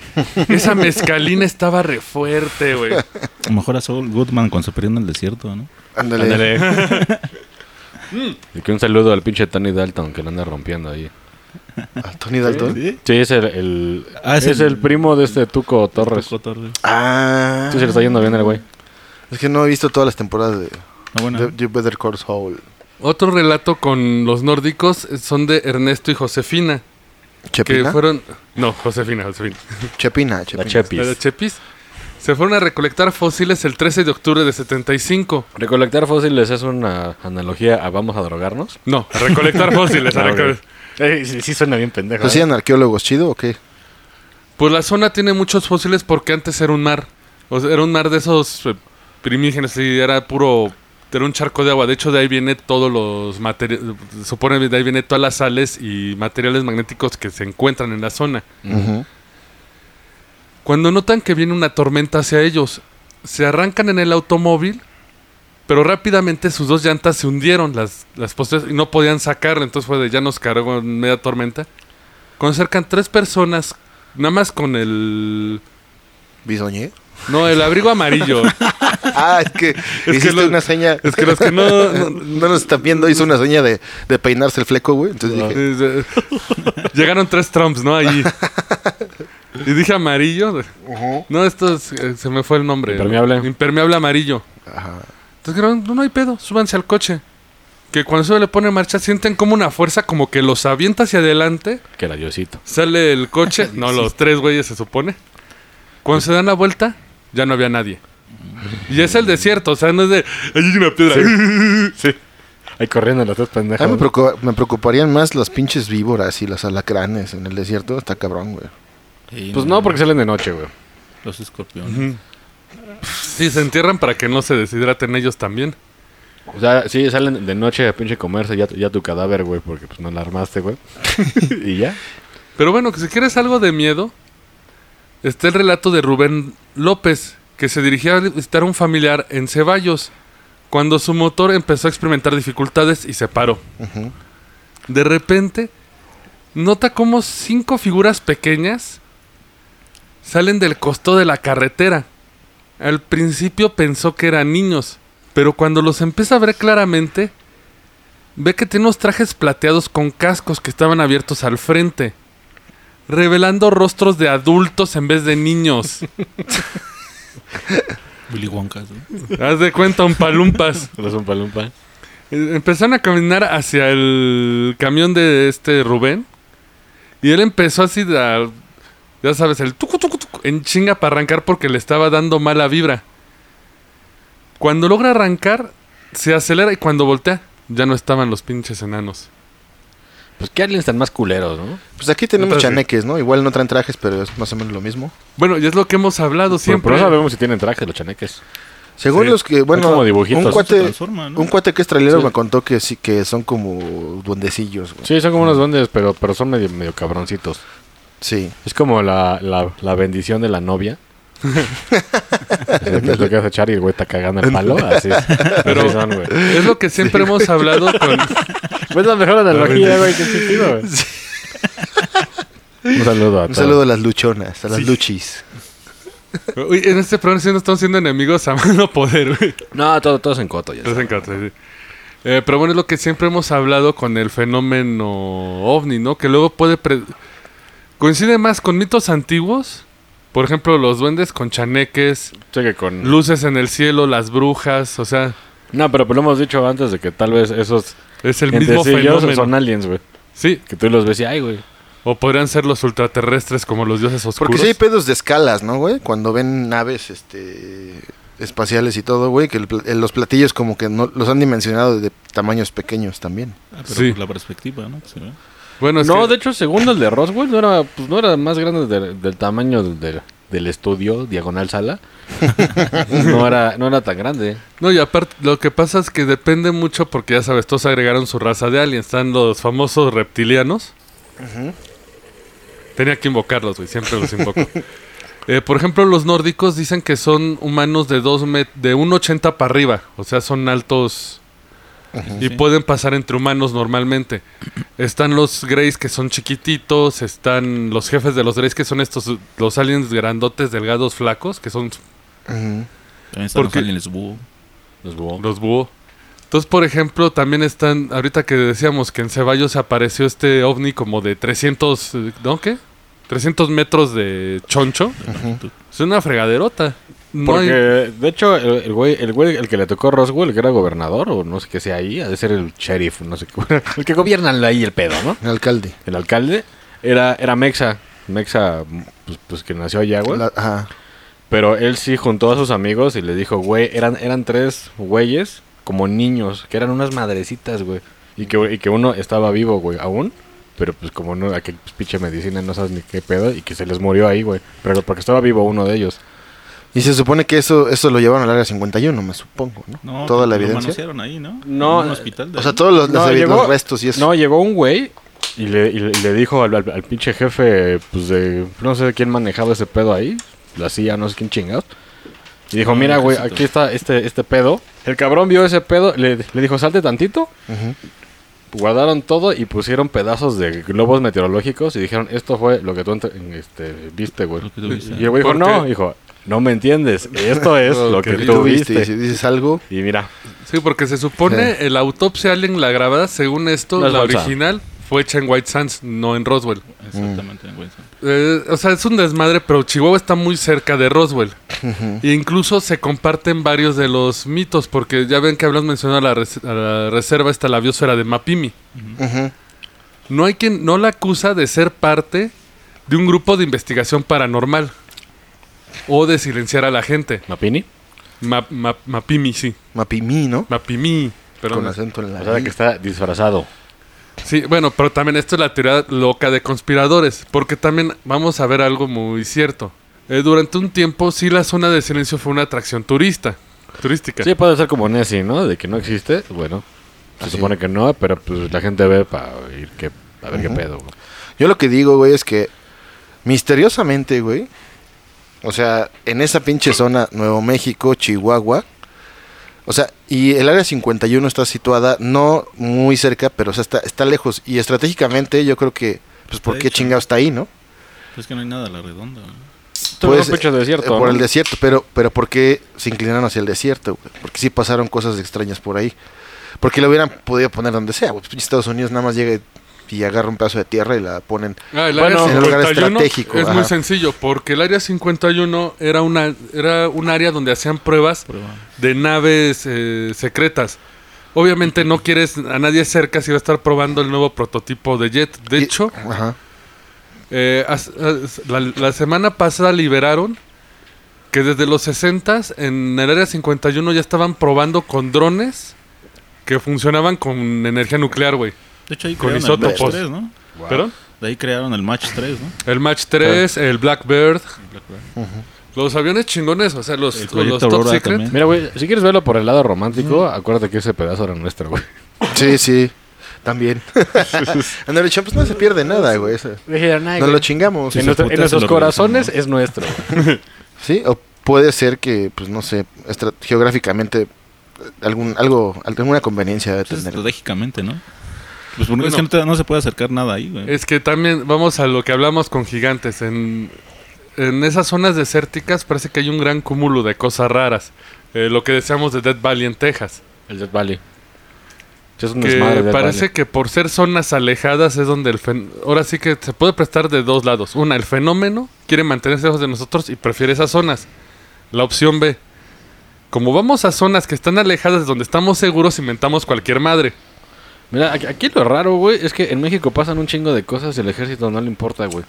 [SPEAKER 2] esa mezcalina estaba re fuerte, güey.
[SPEAKER 5] A lo mejor a Saul Goodman cuando se perdió en el desierto, ¿no?
[SPEAKER 3] Ándale.
[SPEAKER 4] Y que un saludo al pinche Tony Dalton que lo anda rompiendo ahí.
[SPEAKER 3] ¿A Tony Dalton?
[SPEAKER 4] Sí, es el, el-
[SPEAKER 5] Ah,
[SPEAKER 4] es,
[SPEAKER 5] es
[SPEAKER 4] el,
[SPEAKER 5] el-
[SPEAKER 4] primo de este Tuco Torres.
[SPEAKER 5] Tocó Pues, tarde.
[SPEAKER 3] Ah.
[SPEAKER 4] Sí, se le está yendo bien el güey.
[SPEAKER 3] Es que no he visto todas las temporadas de,
[SPEAKER 5] Ah, bueno.
[SPEAKER 3] de- de Better Call Saul.
[SPEAKER 2] Otro relato con los nórdicos eh, son de Ernesto y Josefina. Que
[SPEAKER 3] Chepina.
[SPEAKER 2] fueron... No, Josefina, Josefina.
[SPEAKER 3] Chepina,
[SPEAKER 4] La
[SPEAKER 3] Chepina.
[SPEAKER 2] La de
[SPEAKER 4] Chepis.
[SPEAKER 2] Chepis. Se fueron a recolectar fósiles el 13 de octubre de 75.
[SPEAKER 4] Recolectar fósiles es una analogía a vamos a drogarnos.
[SPEAKER 2] No, a recolectar fósiles. a
[SPEAKER 4] *laughs* Ah, ok.
[SPEAKER 2] reco-
[SPEAKER 4] Eh, sí, sí suena bien pendejo.
[SPEAKER 3] ¿Lo
[SPEAKER 4] ¿eh?
[SPEAKER 3] hacían arqueólogos chido o qué?
[SPEAKER 2] Pues la zona tiene muchos fósiles porque antes era un mar. O sea, era un mar de esos eh, primígenes y era puro... Era un charco de agua. De hecho, de ahí viene todos los materiales... Supone de ahí viene todas las sales y materiales magnéticos que se encuentran en la zona.
[SPEAKER 3] Ujú.
[SPEAKER 2] Cuando notan que viene una tormenta hacia ellos, se arrancan en el automóvil, pero rápidamente sus dos llantas se hundieron, las, las posteriores, y no podían sacarla, entonces fue de ya nos cargó en media tormenta. Cuando se acercan tres personas, nada más con el...
[SPEAKER 3] Bisoñé.
[SPEAKER 2] No, el abrigo amarillo.
[SPEAKER 3] Ah, es que hiciste
[SPEAKER 2] los-
[SPEAKER 3] una seña.
[SPEAKER 2] Es que los que no- no-
[SPEAKER 3] *laughs* No nos están viendo, hizo una seña de, de peinarse el fleco, güey. Entonces dije,
[SPEAKER 2] Eh, eh, Llegaron tres Trumps, ¿no? Allí. Y dije amarillo. No, esto es, eh, se me fue el nombre.
[SPEAKER 4] Impermeable.
[SPEAKER 2] Impermeable amarillo.
[SPEAKER 3] ajá.
[SPEAKER 2] Entonces dijeron, no, no hay pedo, súbanse al coche. Que cuando se le pone en marcha, sienten como una fuerza, como que los avienta hacia adelante.
[SPEAKER 4] Que la Diosito.
[SPEAKER 2] Sale el coche. no, los tres güeyes se supone. Cuando se dan la vuelta, ya no había nadie. Y es el desierto, o sea, no es de. Ahí hay una piedra.
[SPEAKER 4] Ahí corriendo las dos
[SPEAKER 3] A
[SPEAKER 4] pendejas.
[SPEAKER 3] mí me, preocupa- me preocuparían más las pinches víboras y las alacranes en el desierto. Está cabrón, güey.
[SPEAKER 5] Sí,
[SPEAKER 4] Pues no, porque salen de noche, güey.
[SPEAKER 5] Los escorpiones.
[SPEAKER 2] *laughs* Sí, se entierran para que no se deshidraten ellos también.
[SPEAKER 4] O sea, sí, salen de noche a pinche comerse ya, tu- ya tu cadáver, güey, porque pues no la armaste, *laughs* güey. y ya.
[SPEAKER 2] Pero bueno, que si quieres algo de miedo, está el relato de Rubén López, que se dirigía a visitar a un familiar en Ceballos, cuando su motor empezó a experimentar dificultades y se paró. De repente, nota como cinco figuras pequeñas salen del costado de la carretera. Al principio pensó que eran niños, pero cuando los empieza a ver claramente, ve que tiene unos trajes plateados con cascos que estaban abiertos al frente, revelando rostros de adultos en vez de
[SPEAKER 4] *laughs*
[SPEAKER 2] niños.
[SPEAKER 5] Willy Wonka, ¿no?
[SPEAKER 2] Haz de cuenta, un palumpas. Eh,
[SPEAKER 4] Los un palumpa.
[SPEAKER 2] Empezaron a caminar hacia el camión de este Rubén. Y él empezó así a. Ya sabes, el tucu, tucu, tucu, en chinga para arrancar porque le estaba dando mala vibra. Cuando logra arrancar, se acelera y cuando voltea, ya no estaban los pinches enanos.
[SPEAKER 4] Pues qué aliens tan más culeros, ¿no?
[SPEAKER 3] Pues aquí tenemos
[SPEAKER 2] Entonces-
[SPEAKER 3] chaneques, ¿no? Igual no traen trajes, pero es más o menos lo mismo.
[SPEAKER 2] Bueno, y es lo que hemos hablado
[SPEAKER 4] Pero,
[SPEAKER 2] siempre.
[SPEAKER 4] pero no sabemos si tienen traje los chaneques.
[SPEAKER 3] Según
[SPEAKER 2] Sí.
[SPEAKER 3] los que, bueno,
[SPEAKER 4] Es como dibujitos.
[SPEAKER 3] un
[SPEAKER 5] Se
[SPEAKER 3] cuate,
[SPEAKER 5] transforma, ¿no?
[SPEAKER 3] un cuate que es trailero me contó que sí, que son como duendecillos, güey.
[SPEAKER 4] Sí, son como unos duendes, pero, pero son medio, medio cabroncitos.
[SPEAKER 3] Sí.
[SPEAKER 4] Es como la, la, la bendición de la *laughs* novia. es lo que vas a echar y el güey está cagando el *laughs* palo. Así,
[SPEAKER 2] Pero-
[SPEAKER 4] así son, güey.
[SPEAKER 2] Es lo que siempre hemos hablado con...
[SPEAKER 4] *laughs* Es la mejor analogía, güey, que he sentido, güey. Un saludo a
[SPEAKER 3] Un
[SPEAKER 4] todos.
[SPEAKER 3] saludo a las luchonas, a las luchis.
[SPEAKER 2] Uy, en este programa sí nos estamos siendo enemigos a mano poder, güey.
[SPEAKER 4] No, todo- todos en coto ya.
[SPEAKER 2] Nos encanta, sí. Eh, pero bueno, es lo que siempre hemos hablado con el fenómeno ovni, ¿no? Que luego puede... pre- Coincide más con mitos antiguos. Por ejemplo, los duendes con chaneques,
[SPEAKER 4] Sí que con...
[SPEAKER 2] luces en el cielo, las brujas, o sea,
[SPEAKER 4] No, pero pues lo hemos dicho antes de que tal vez esos
[SPEAKER 2] es el mismo
[SPEAKER 4] gentecillos
[SPEAKER 2] fenómeno.
[SPEAKER 4] son aliens, güey.
[SPEAKER 2] Sí,
[SPEAKER 4] Que tú los ves y, ay, güey.
[SPEAKER 2] o podrían ser los ultraterrestres como los dioses oscuros.
[SPEAKER 3] Porque sí hay pedos de escalas, ¿no, güey? Cuando ven naves este, espaciales y todo, güey, que el pl- eh, los platillos como que no los han dimensionado de tamaños pequeños también.
[SPEAKER 5] Ah, pero
[SPEAKER 2] Sí.
[SPEAKER 5] por la perspectiva, ¿no? Sí, ¿no?
[SPEAKER 2] Bueno, es
[SPEAKER 4] no,
[SPEAKER 2] que-
[SPEAKER 4] de hecho, según el de Roswell, no era, pues, no era más grande del, del tamaño del- del, del estudio, diagonal sala. *laughs* no, era, no era tan grande.
[SPEAKER 2] No, y aparte, lo que pasa es que depende mucho porque ya sabes, todos agregaron su raza de aliens. Están los famosos reptilianos. Tenía que invocarlos, güey, siempre los invoco. *laughs* Eh, por ejemplo, los nórdicos dicen que son humanos de dos met- de 1,80 para arriba. O sea, son altos y pueden pasar entre humanos normalmente. Están los Greys que son chiquititos, están los jefes de los Greys que son estos, los aliens grandotes, delgados, flacos, que son
[SPEAKER 5] También están
[SPEAKER 2] Porque-
[SPEAKER 5] los aliens búho.
[SPEAKER 4] Los búhos.
[SPEAKER 2] Los búho. Entonces, por ejemplo, también están, ahorita que decíamos que en Ceballos apareció este ovni como de 300, eh, ¿no? ¿Qué? 300 metros de choncho. Es una fregaderota. No
[SPEAKER 4] Porque,
[SPEAKER 2] hay-
[SPEAKER 4] de hecho, el el güey, el güey, el que le tocó Roswell, que era gobernador, o no sé qué sea ahí, ha de ser el sheriff, no sé qué. *laughs* El que gobierna ahí el pedo, ¿no?
[SPEAKER 3] El alcalde.
[SPEAKER 4] El alcalde era, era Mexa. Mexa, pues, pues, que nació allá, güey.
[SPEAKER 3] La- ajá.
[SPEAKER 4] Pero él sí juntó a sus amigos y le dijo, güey, eran, eran tres güeyes como niños, que eran unas madrecitas, güey. Y que, y que uno estaba vivo, güey, aún. Pero pues como no, aquí pues, pinche medicina no sabes ni qué pedo y que se les murió ahí, güey. Pero porque estaba vivo uno de ellos.
[SPEAKER 3] Y se supone que eso, eso lo llevaron al área 51, me supongo, ¿no?
[SPEAKER 5] No,
[SPEAKER 3] Toda la
[SPEAKER 5] lo
[SPEAKER 3] evidencia.
[SPEAKER 5] manosearon ahí, ¿no?
[SPEAKER 4] No,
[SPEAKER 5] En un hospital. de
[SPEAKER 3] O sea,
[SPEAKER 5] ahí.
[SPEAKER 3] todos los, las
[SPEAKER 4] No,
[SPEAKER 3] evi-
[SPEAKER 4] llegó-
[SPEAKER 3] los restos y eso.
[SPEAKER 4] No, llegó un güey y le, y le- y le dijo al, al- al pinche jefe, pues de, no sé quién manejaba ese pedo ahí, la CIA, no sé quién chingados. Y dijo,
[SPEAKER 5] No,
[SPEAKER 4] mira,
[SPEAKER 5] el
[SPEAKER 4] güey,
[SPEAKER 5] ejército".
[SPEAKER 4] aquí está este, este pedo. El cabrón vio ese pedo, le, le dijo, salte tantito.
[SPEAKER 3] Ujú.
[SPEAKER 4] Guardaron todo y pusieron pedazos de globos meteorológicos y dijeron, esto fue lo que tú ent- este, viste, güey.
[SPEAKER 5] Lo que tú viste.
[SPEAKER 4] Y el güey dijo,
[SPEAKER 2] ¿Por
[SPEAKER 4] no,
[SPEAKER 2] qué?
[SPEAKER 4] dijo, no me entiendes. Esto es lo que tú
[SPEAKER 3] Y si
[SPEAKER 4] viste.
[SPEAKER 3] dices algo,
[SPEAKER 4] Y mira,
[SPEAKER 2] Sí, porque se supone el autopsia alien, la grabada, según esto,
[SPEAKER 4] No es
[SPEAKER 2] la
[SPEAKER 4] falsa.
[SPEAKER 2] original fue hecha en White Sands, no en Roswell.
[SPEAKER 5] Exactamente, güey.
[SPEAKER 2] Eh, o sea, es un desmadre, pero Chihuahua está muy cerca de Roswell. E incluso se comparten varios de los mitos, porque ya ven que hablamos mencionado la, res- a la reserva, esta la biosfera de Mapimi.
[SPEAKER 3] ujú,
[SPEAKER 2] No hay quien no la acusa de ser parte de un grupo de investigación paranormal o de silenciar a la gente.
[SPEAKER 4] Mapini.
[SPEAKER 2] Ma- ma- Mapimi, sí.
[SPEAKER 3] mapimí, ¿no?
[SPEAKER 2] Mapimi.
[SPEAKER 3] Con
[SPEAKER 2] Perdón.
[SPEAKER 3] acento en la
[SPEAKER 4] O sea, que está disfrazado.
[SPEAKER 2] Sí, bueno, pero también esto es la teoría loca de conspiradores, porque también vamos a ver algo muy cierto. Eh, durante un tiempo sí la zona de silencio fue una atracción turista, turística.
[SPEAKER 4] Sí, puede ser como Nessie, ¿no? De que no existe. Bueno, se
[SPEAKER 5] Ah,
[SPEAKER 3] Así.
[SPEAKER 4] supone que no, pero pues la gente ve para ir que, a ver qué pedo. güey.
[SPEAKER 3] Yo lo que digo, güey, es que misteriosamente, güey, o sea, en esa pinche zona, Nuevo México, Chihuahua, o sea, y el área 51 está situada no muy cerca, pero o sea, está, está lejos. Y estratégicamente, yo creo que, pues, ¿por
[SPEAKER 5] De
[SPEAKER 3] qué
[SPEAKER 5] hecho.
[SPEAKER 3] chingado está ahí, no?
[SPEAKER 5] Pues que no hay nada a la redonda. güey.
[SPEAKER 4] Todo
[SPEAKER 3] Pues,
[SPEAKER 4] un pinche desierto.
[SPEAKER 3] Eh, por
[SPEAKER 4] ¿no?
[SPEAKER 3] el desierto, pero, pero ¿por qué se inclinaron hacia el desierto? güey? Porque sí pasaron cosas extrañas por ahí. Porque lo hubieran podido poner donde sea. güey. Pues, pinche Estados Unidos nada más llega y, y agarra un pedazo de tierra y la ponen.
[SPEAKER 2] Ah, el
[SPEAKER 4] Bueno,
[SPEAKER 2] área
[SPEAKER 4] en
[SPEAKER 3] un lugar
[SPEAKER 2] 51
[SPEAKER 3] estratégico,
[SPEAKER 2] es
[SPEAKER 3] ajá.
[SPEAKER 2] muy sencillo, porque el área 51 era una era un área donde hacían pruebas
[SPEAKER 5] Prueba.
[SPEAKER 2] de naves eh, secretas. Obviamente no quieres a nadie cerca si va a estar probando el nuevo prototipo de jet. De
[SPEAKER 3] Y-
[SPEAKER 2] hecho,
[SPEAKER 3] Ajá.
[SPEAKER 2] Eh, as- as- la, la semana pasada liberaron que desde los 60 en el área 51 ya estaban probando con drones que funcionaban con energía nuclear, güey.
[SPEAKER 5] De hecho, ahí
[SPEAKER 2] Con
[SPEAKER 5] crearon el Match
[SPEAKER 2] isótopos.
[SPEAKER 5] 3, ¿no?
[SPEAKER 2] ¿Perdón?
[SPEAKER 5] De ahí crearon el Match 3,
[SPEAKER 3] Pues
[SPEAKER 5] ¿no?
[SPEAKER 2] El Match 3, el Blackbird. Los aviones chingones, o sea, los,
[SPEAKER 5] El
[SPEAKER 2] los
[SPEAKER 5] proyecto
[SPEAKER 2] Top
[SPEAKER 5] Aurora
[SPEAKER 2] Secret.
[SPEAKER 5] también.
[SPEAKER 4] Mira, güey, si quieres verlo por el lado romántico, acuérdate que ese pedazo era nuestro, *laughs* güey.
[SPEAKER 3] Sí, sí. También. *laughs* en el pues no se pierde nada, güey. eso. Nos lo chingamos.
[SPEAKER 4] en, nuestro- en
[SPEAKER 5] putas
[SPEAKER 4] nuestros
[SPEAKER 5] lo
[SPEAKER 4] corazones es nuestro. güey.
[SPEAKER 3] Sí, o puede ser que, pues no sé, estra- geográficamente eh, algún algo alguna conveniencia de
[SPEAKER 5] Pues,
[SPEAKER 3] tener.
[SPEAKER 5] estratégicamente, ¿no? Pues porque es
[SPEAKER 2] Bueno.
[SPEAKER 5] que no, te- no se puede acercar nada ahí, güey.
[SPEAKER 2] Es que también vamos a lo que hablamos con gigantes. En, en esas zonas desérticas parece que hay un gran cúmulo de cosas raras. Eh, lo que decíamos de Death Valley en Texas.
[SPEAKER 4] El Jet Valley. Sí, Es un
[SPEAKER 2] que
[SPEAKER 4] desmadre. Death
[SPEAKER 2] parece
[SPEAKER 4] Valley.
[SPEAKER 2] que por ser zonas alejadas es donde el fen- ahora sí que se puede prestar de dos lados. Una, el fenómeno quiere mantenerse lejos de nosotros y prefiere esas zonas. La opción B, como vamos a zonas que están alejadas de donde estamos seguros, inventamos cualquier madre.
[SPEAKER 4] Mira, aquí, aquí lo raro, güey, es que en México pasan un chingo de cosas y el ejército no le importa, güey.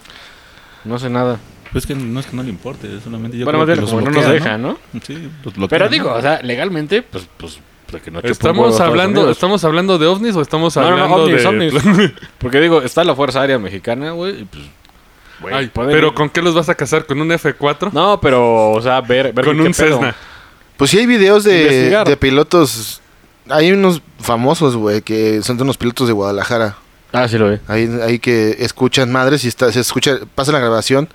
[SPEAKER 4] No hace nada.
[SPEAKER 5] Pues que no es que no le importe, solamente yo
[SPEAKER 4] bueno, más
[SPEAKER 5] creo
[SPEAKER 4] bien
[SPEAKER 5] que los
[SPEAKER 4] como no nos
[SPEAKER 5] bloquean,
[SPEAKER 4] deja, ¿no?
[SPEAKER 5] Sí,
[SPEAKER 4] Pero
[SPEAKER 5] los bloquean,
[SPEAKER 4] digo,
[SPEAKER 5] ¿no?
[SPEAKER 4] o sea, legalmente, pues, pues, pues que no chupa un
[SPEAKER 2] Estamos
[SPEAKER 4] huevo a Estados
[SPEAKER 2] hablando,
[SPEAKER 4] Unidos.
[SPEAKER 2] estamos hablando de ovnis o estamos
[SPEAKER 4] No, no,
[SPEAKER 2] hablando
[SPEAKER 4] no, ovnis,
[SPEAKER 2] de
[SPEAKER 4] ovnis.
[SPEAKER 2] *laughs*
[SPEAKER 4] Porque digo, está la Fuerza Aérea Mexicana, güey, y pues... güey,
[SPEAKER 2] Ay,
[SPEAKER 4] pueden-
[SPEAKER 2] pero con qué los vas a casar con un F4?
[SPEAKER 4] No, pero, o sea, ver... ver
[SPEAKER 2] con
[SPEAKER 4] qué
[SPEAKER 2] un
[SPEAKER 4] pedo.
[SPEAKER 2] Cessna.
[SPEAKER 3] Pues sí hay videos de,
[SPEAKER 4] Investigar.
[SPEAKER 3] de pilotos. Hay unos famosos, güey, que son de unos pilotos de Guadalajara.
[SPEAKER 4] Ah, sí lo vi.
[SPEAKER 3] Ahí, ahí que escuchan madres y está, se escucha, pasa la grabación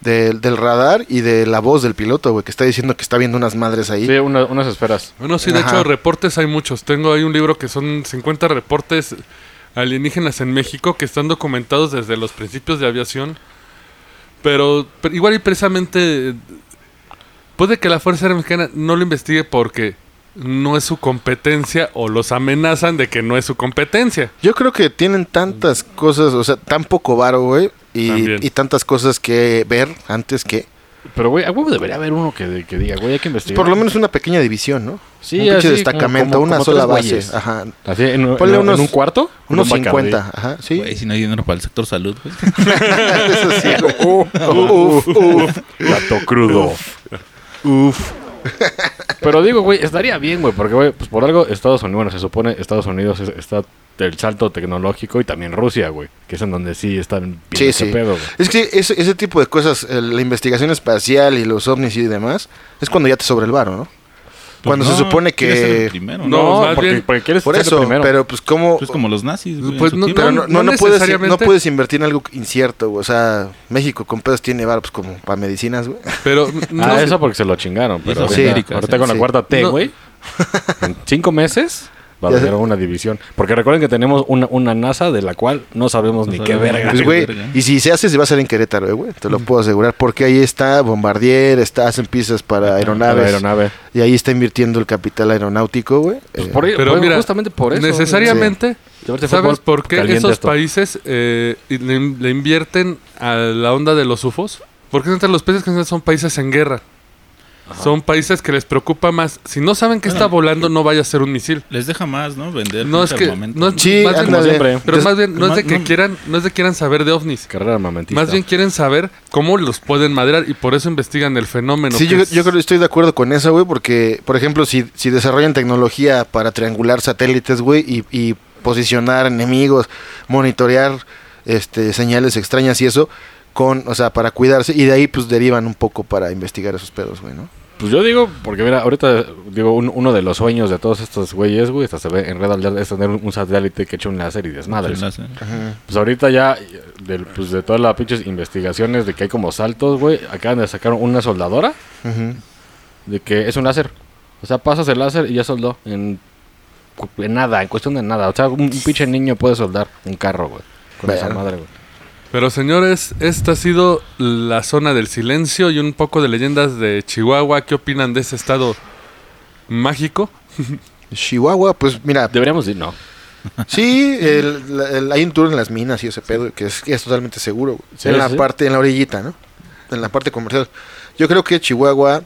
[SPEAKER 3] del, del radar y de la voz del piloto, güey, que está diciendo que está viendo unas madres ahí.
[SPEAKER 4] Sí, una- unas esferas.
[SPEAKER 2] Bueno, sí, de
[SPEAKER 3] Ajá.
[SPEAKER 2] hecho, reportes hay muchos. Tengo ahí un libro que son 50 reportes alienígenas en México que están documentados desde los principios de aviación. Pero, pero igual y precisamente eh, puede que la Fuerza Aérea Mexicana no lo investigue porque no es su competencia o los amenazan de que no es su competencia.
[SPEAKER 3] Yo creo que tienen tantas cosas, o sea, tan poco varo, güey,
[SPEAKER 2] También.
[SPEAKER 3] y, y tantas cosas que ver antes que... pues,
[SPEAKER 4] Pero, güey, a huevo debería haber uno que, que diga, güey, hay que investigar.
[SPEAKER 3] Por lo menos una pequeña división, ¿no?
[SPEAKER 4] Sí,
[SPEAKER 3] un pinche
[SPEAKER 4] así, como-
[SPEAKER 3] destacamento,
[SPEAKER 4] como-
[SPEAKER 3] una
[SPEAKER 4] como
[SPEAKER 3] sola
[SPEAKER 4] tres
[SPEAKER 3] base.
[SPEAKER 4] güeyes.
[SPEAKER 3] Ajá.
[SPEAKER 4] Así, en, en-
[SPEAKER 3] Ponle
[SPEAKER 4] en
[SPEAKER 3] unos-
[SPEAKER 4] un cuarto.
[SPEAKER 3] Unos
[SPEAKER 4] un Bacardí.
[SPEAKER 3] 50, ajá, sí.
[SPEAKER 5] Güey, si no hay dinero para el sector salud, pues, güey.
[SPEAKER 3] *laughs* Eso sí, güey.
[SPEAKER 4] *laughs* Uf, uf, Gato crudo. Uf. Pero digo, güey, estaría bien, güey, porque, güey, pues por algo Estados Unidos, bueno, se supone Estados Unidos es- está el salto tecnológico y también Rusia, güey, que es en donde sí están bien
[SPEAKER 3] Sí,
[SPEAKER 4] ese
[SPEAKER 3] sí.
[SPEAKER 4] pedo, güey.
[SPEAKER 3] Es que ese, ese tipo de cosas, el- la investigación espacial y los ovnis y demás, es cuando ya te sobre el varo, ¿no? Cuando se
[SPEAKER 5] Pues no,
[SPEAKER 3] supone
[SPEAKER 5] quieres ser el
[SPEAKER 3] que...
[SPEAKER 2] No,
[SPEAKER 5] primero, ¿no?
[SPEAKER 2] más
[SPEAKER 4] porque,
[SPEAKER 2] bien-
[SPEAKER 4] porque quieres
[SPEAKER 3] Por
[SPEAKER 4] ser el
[SPEAKER 3] eso,
[SPEAKER 4] primero.
[SPEAKER 3] pero pues cómo...
[SPEAKER 5] Pues como los nazis, güey. en
[SPEAKER 2] Pues
[SPEAKER 5] su
[SPEAKER 2] no,
[SPEAKER 5] tiempo.
[SPEAKER 3] Pero no,
[SPEAKER 2] No
[SPEAKER 3] no, no puedes, no
[SPEAKER 2] necesariamente.
[SPEAKER 3] puedes invertir en algo incierto, güey. O sea, México con pedos tiene varo, pues como para medicinas, güey.
[SPEAKER 4] *laughs*
[SPEAKER 2] Pero no,
[SPEAKER 4] Ah, eso porque se lo chingaron,
[SPEAKER 5] Hizo
[SPEAKER 4] pero
[SPEAKER 3] Sí.
[SPEAKER 4] ahorita, ahorita con la
[SPEAKER 3] Sí.
[SPEAKER 4] cuarta T,
[SPEAKER 2] No.
[SPEAKER 4] güey. En cinco meses para
[SPEAKER 3] Ya sé.
[SPEAKER 4] hacer una división. Porque recuerden que tenemos una, una NASA de la cual no sabemos
[SPEAKER 5] No
[SPEAKER 4] ni qué
[SPEAKER 5] sabemos.
[SPEAKER 4] verga.
[SPEAKER 3] Pues, güey,
[SPEAKER 5] verga.
[SPEAKER 3] y si se hace, se va a hacer en Querétaro, eh, güey. Te lo puedo asegurar. Porque ahí está Bombardier, está, hacen piezas para
[SPEAKER 4] La
[SPEAKER 3] aeronaves.
[SPEAKER 4] aeronave.
[SPEAKER 3] Y ahí está invirtiendo el capital aeronáutico, güey. Eh,
[SPEAKER 2] Pero
[SPEAKER 4] Pues Fue
[SPEAKER 2] mira,
[SPEAKER 4] justamente por eso.
[SPEAKER 2] necesariamente
[SPEAKER 4] Llevarse
[SPEAKER 2] ¿Sabes
[SPEAKER 4] fútbol
[SPEAKER 2] por qué
[SPEAKER 4] caliente
[SPEAKER 2] esos
[SPEAKER 4] esto.
[SPEAKER 2] países eh, y le, in- le invierten a la onda de los UFOs? Porque entre los países que son países en guerra. Son países que les preocupa más. Si no saben que está volando, no vaya a ser un misil.
[SPEAKER 5] Les deja más, ¿no? Vender
[SPEAKER 2] No es que
[SPEAKER 5] armamento.
[SPEAKER 2] no es,
[SPEAKER 3] Sí,
[SPEAKER 2] más bien-
[SPEAKER 4] como
[SPEAKER 3] ándale.
[SPEAKER 4] siempre.
[SPEAKER 2] pero más bien no es de
[SPEAKER 5] Más-
[SPEAKER 2] que
[SPEAKER 5] no-
[SPEAKER 2] quieran, no es de que quieran saber de ovnis.
[SPEAKER 4] Carrera armamentista.
[SPEAKER 2] Más bien quieren saber cómo los pueden madrear y por eso investigan el *laughs* fenómeno.
[SPEAKER 3] Sí,
[SPEAKER 2] que
[SPEAKER 3] yo,
[SPEAKER 2] es-
[SPEAKER 3] yo creo que estoy de acuerdo con eso, güey, porque, por ejemplo, si, si desarrollan tecnología para triangular satélites, güey, y, y posicionar enemigos, monitorear este, señales extrañas y eso, con, o sea, para cuidarse, y de ahí, pues, derivan un poco para investigar esos pedos, güey, ¿no?
[SPEAKER 4] Pues yo digo, porque mira, ahorita digo, un- uno de los sueños de todos estos güeyes, güey, hasta se ve en Red Alert, es tener un, un satélite que eche un láser y desmadres.
[SPEAKER 5] Enlace.
[SPEAKER 4] Pues ahorita ya, del- pues de todas las pinches investigaciones de que hay como saltos, güey, acaban de sacar una soldadora
[SPEAKER 3] Ujú.
[SPEAKER 4] de que es un láser. O sea, pasas el láser y ya soldó. En, cu- en nada, en cuestión de nada. O sea, un, un pinche niño puede soldar un carro, güey. Con esa
[SPEAKER 3] Verga.
[SPEAKER 4] madre, güey.
[SPEAKER 2] Pero señores, esta ha sido la zona del silencio y un poco de leyendas de Chihuahua. ¿Qué opinan de ese estado mágico?
[SPEAKER 3] Chihuahua, pues, mira,
[SPEAKER 4] Deberíamos ir, no.
[SPEAKER 3] sí, el- la- el- hay un tour en las minas y ese pedo, que es, que es totalmente seguro, güey.
[SPEAKER 4] Sí,
[SPEAKER 3] en la
[SPEAKER 4] sí.
[SPEAKER 3] parte, en la orillita, ¿no? En la parte comercial. Yo creo que Chihuahua,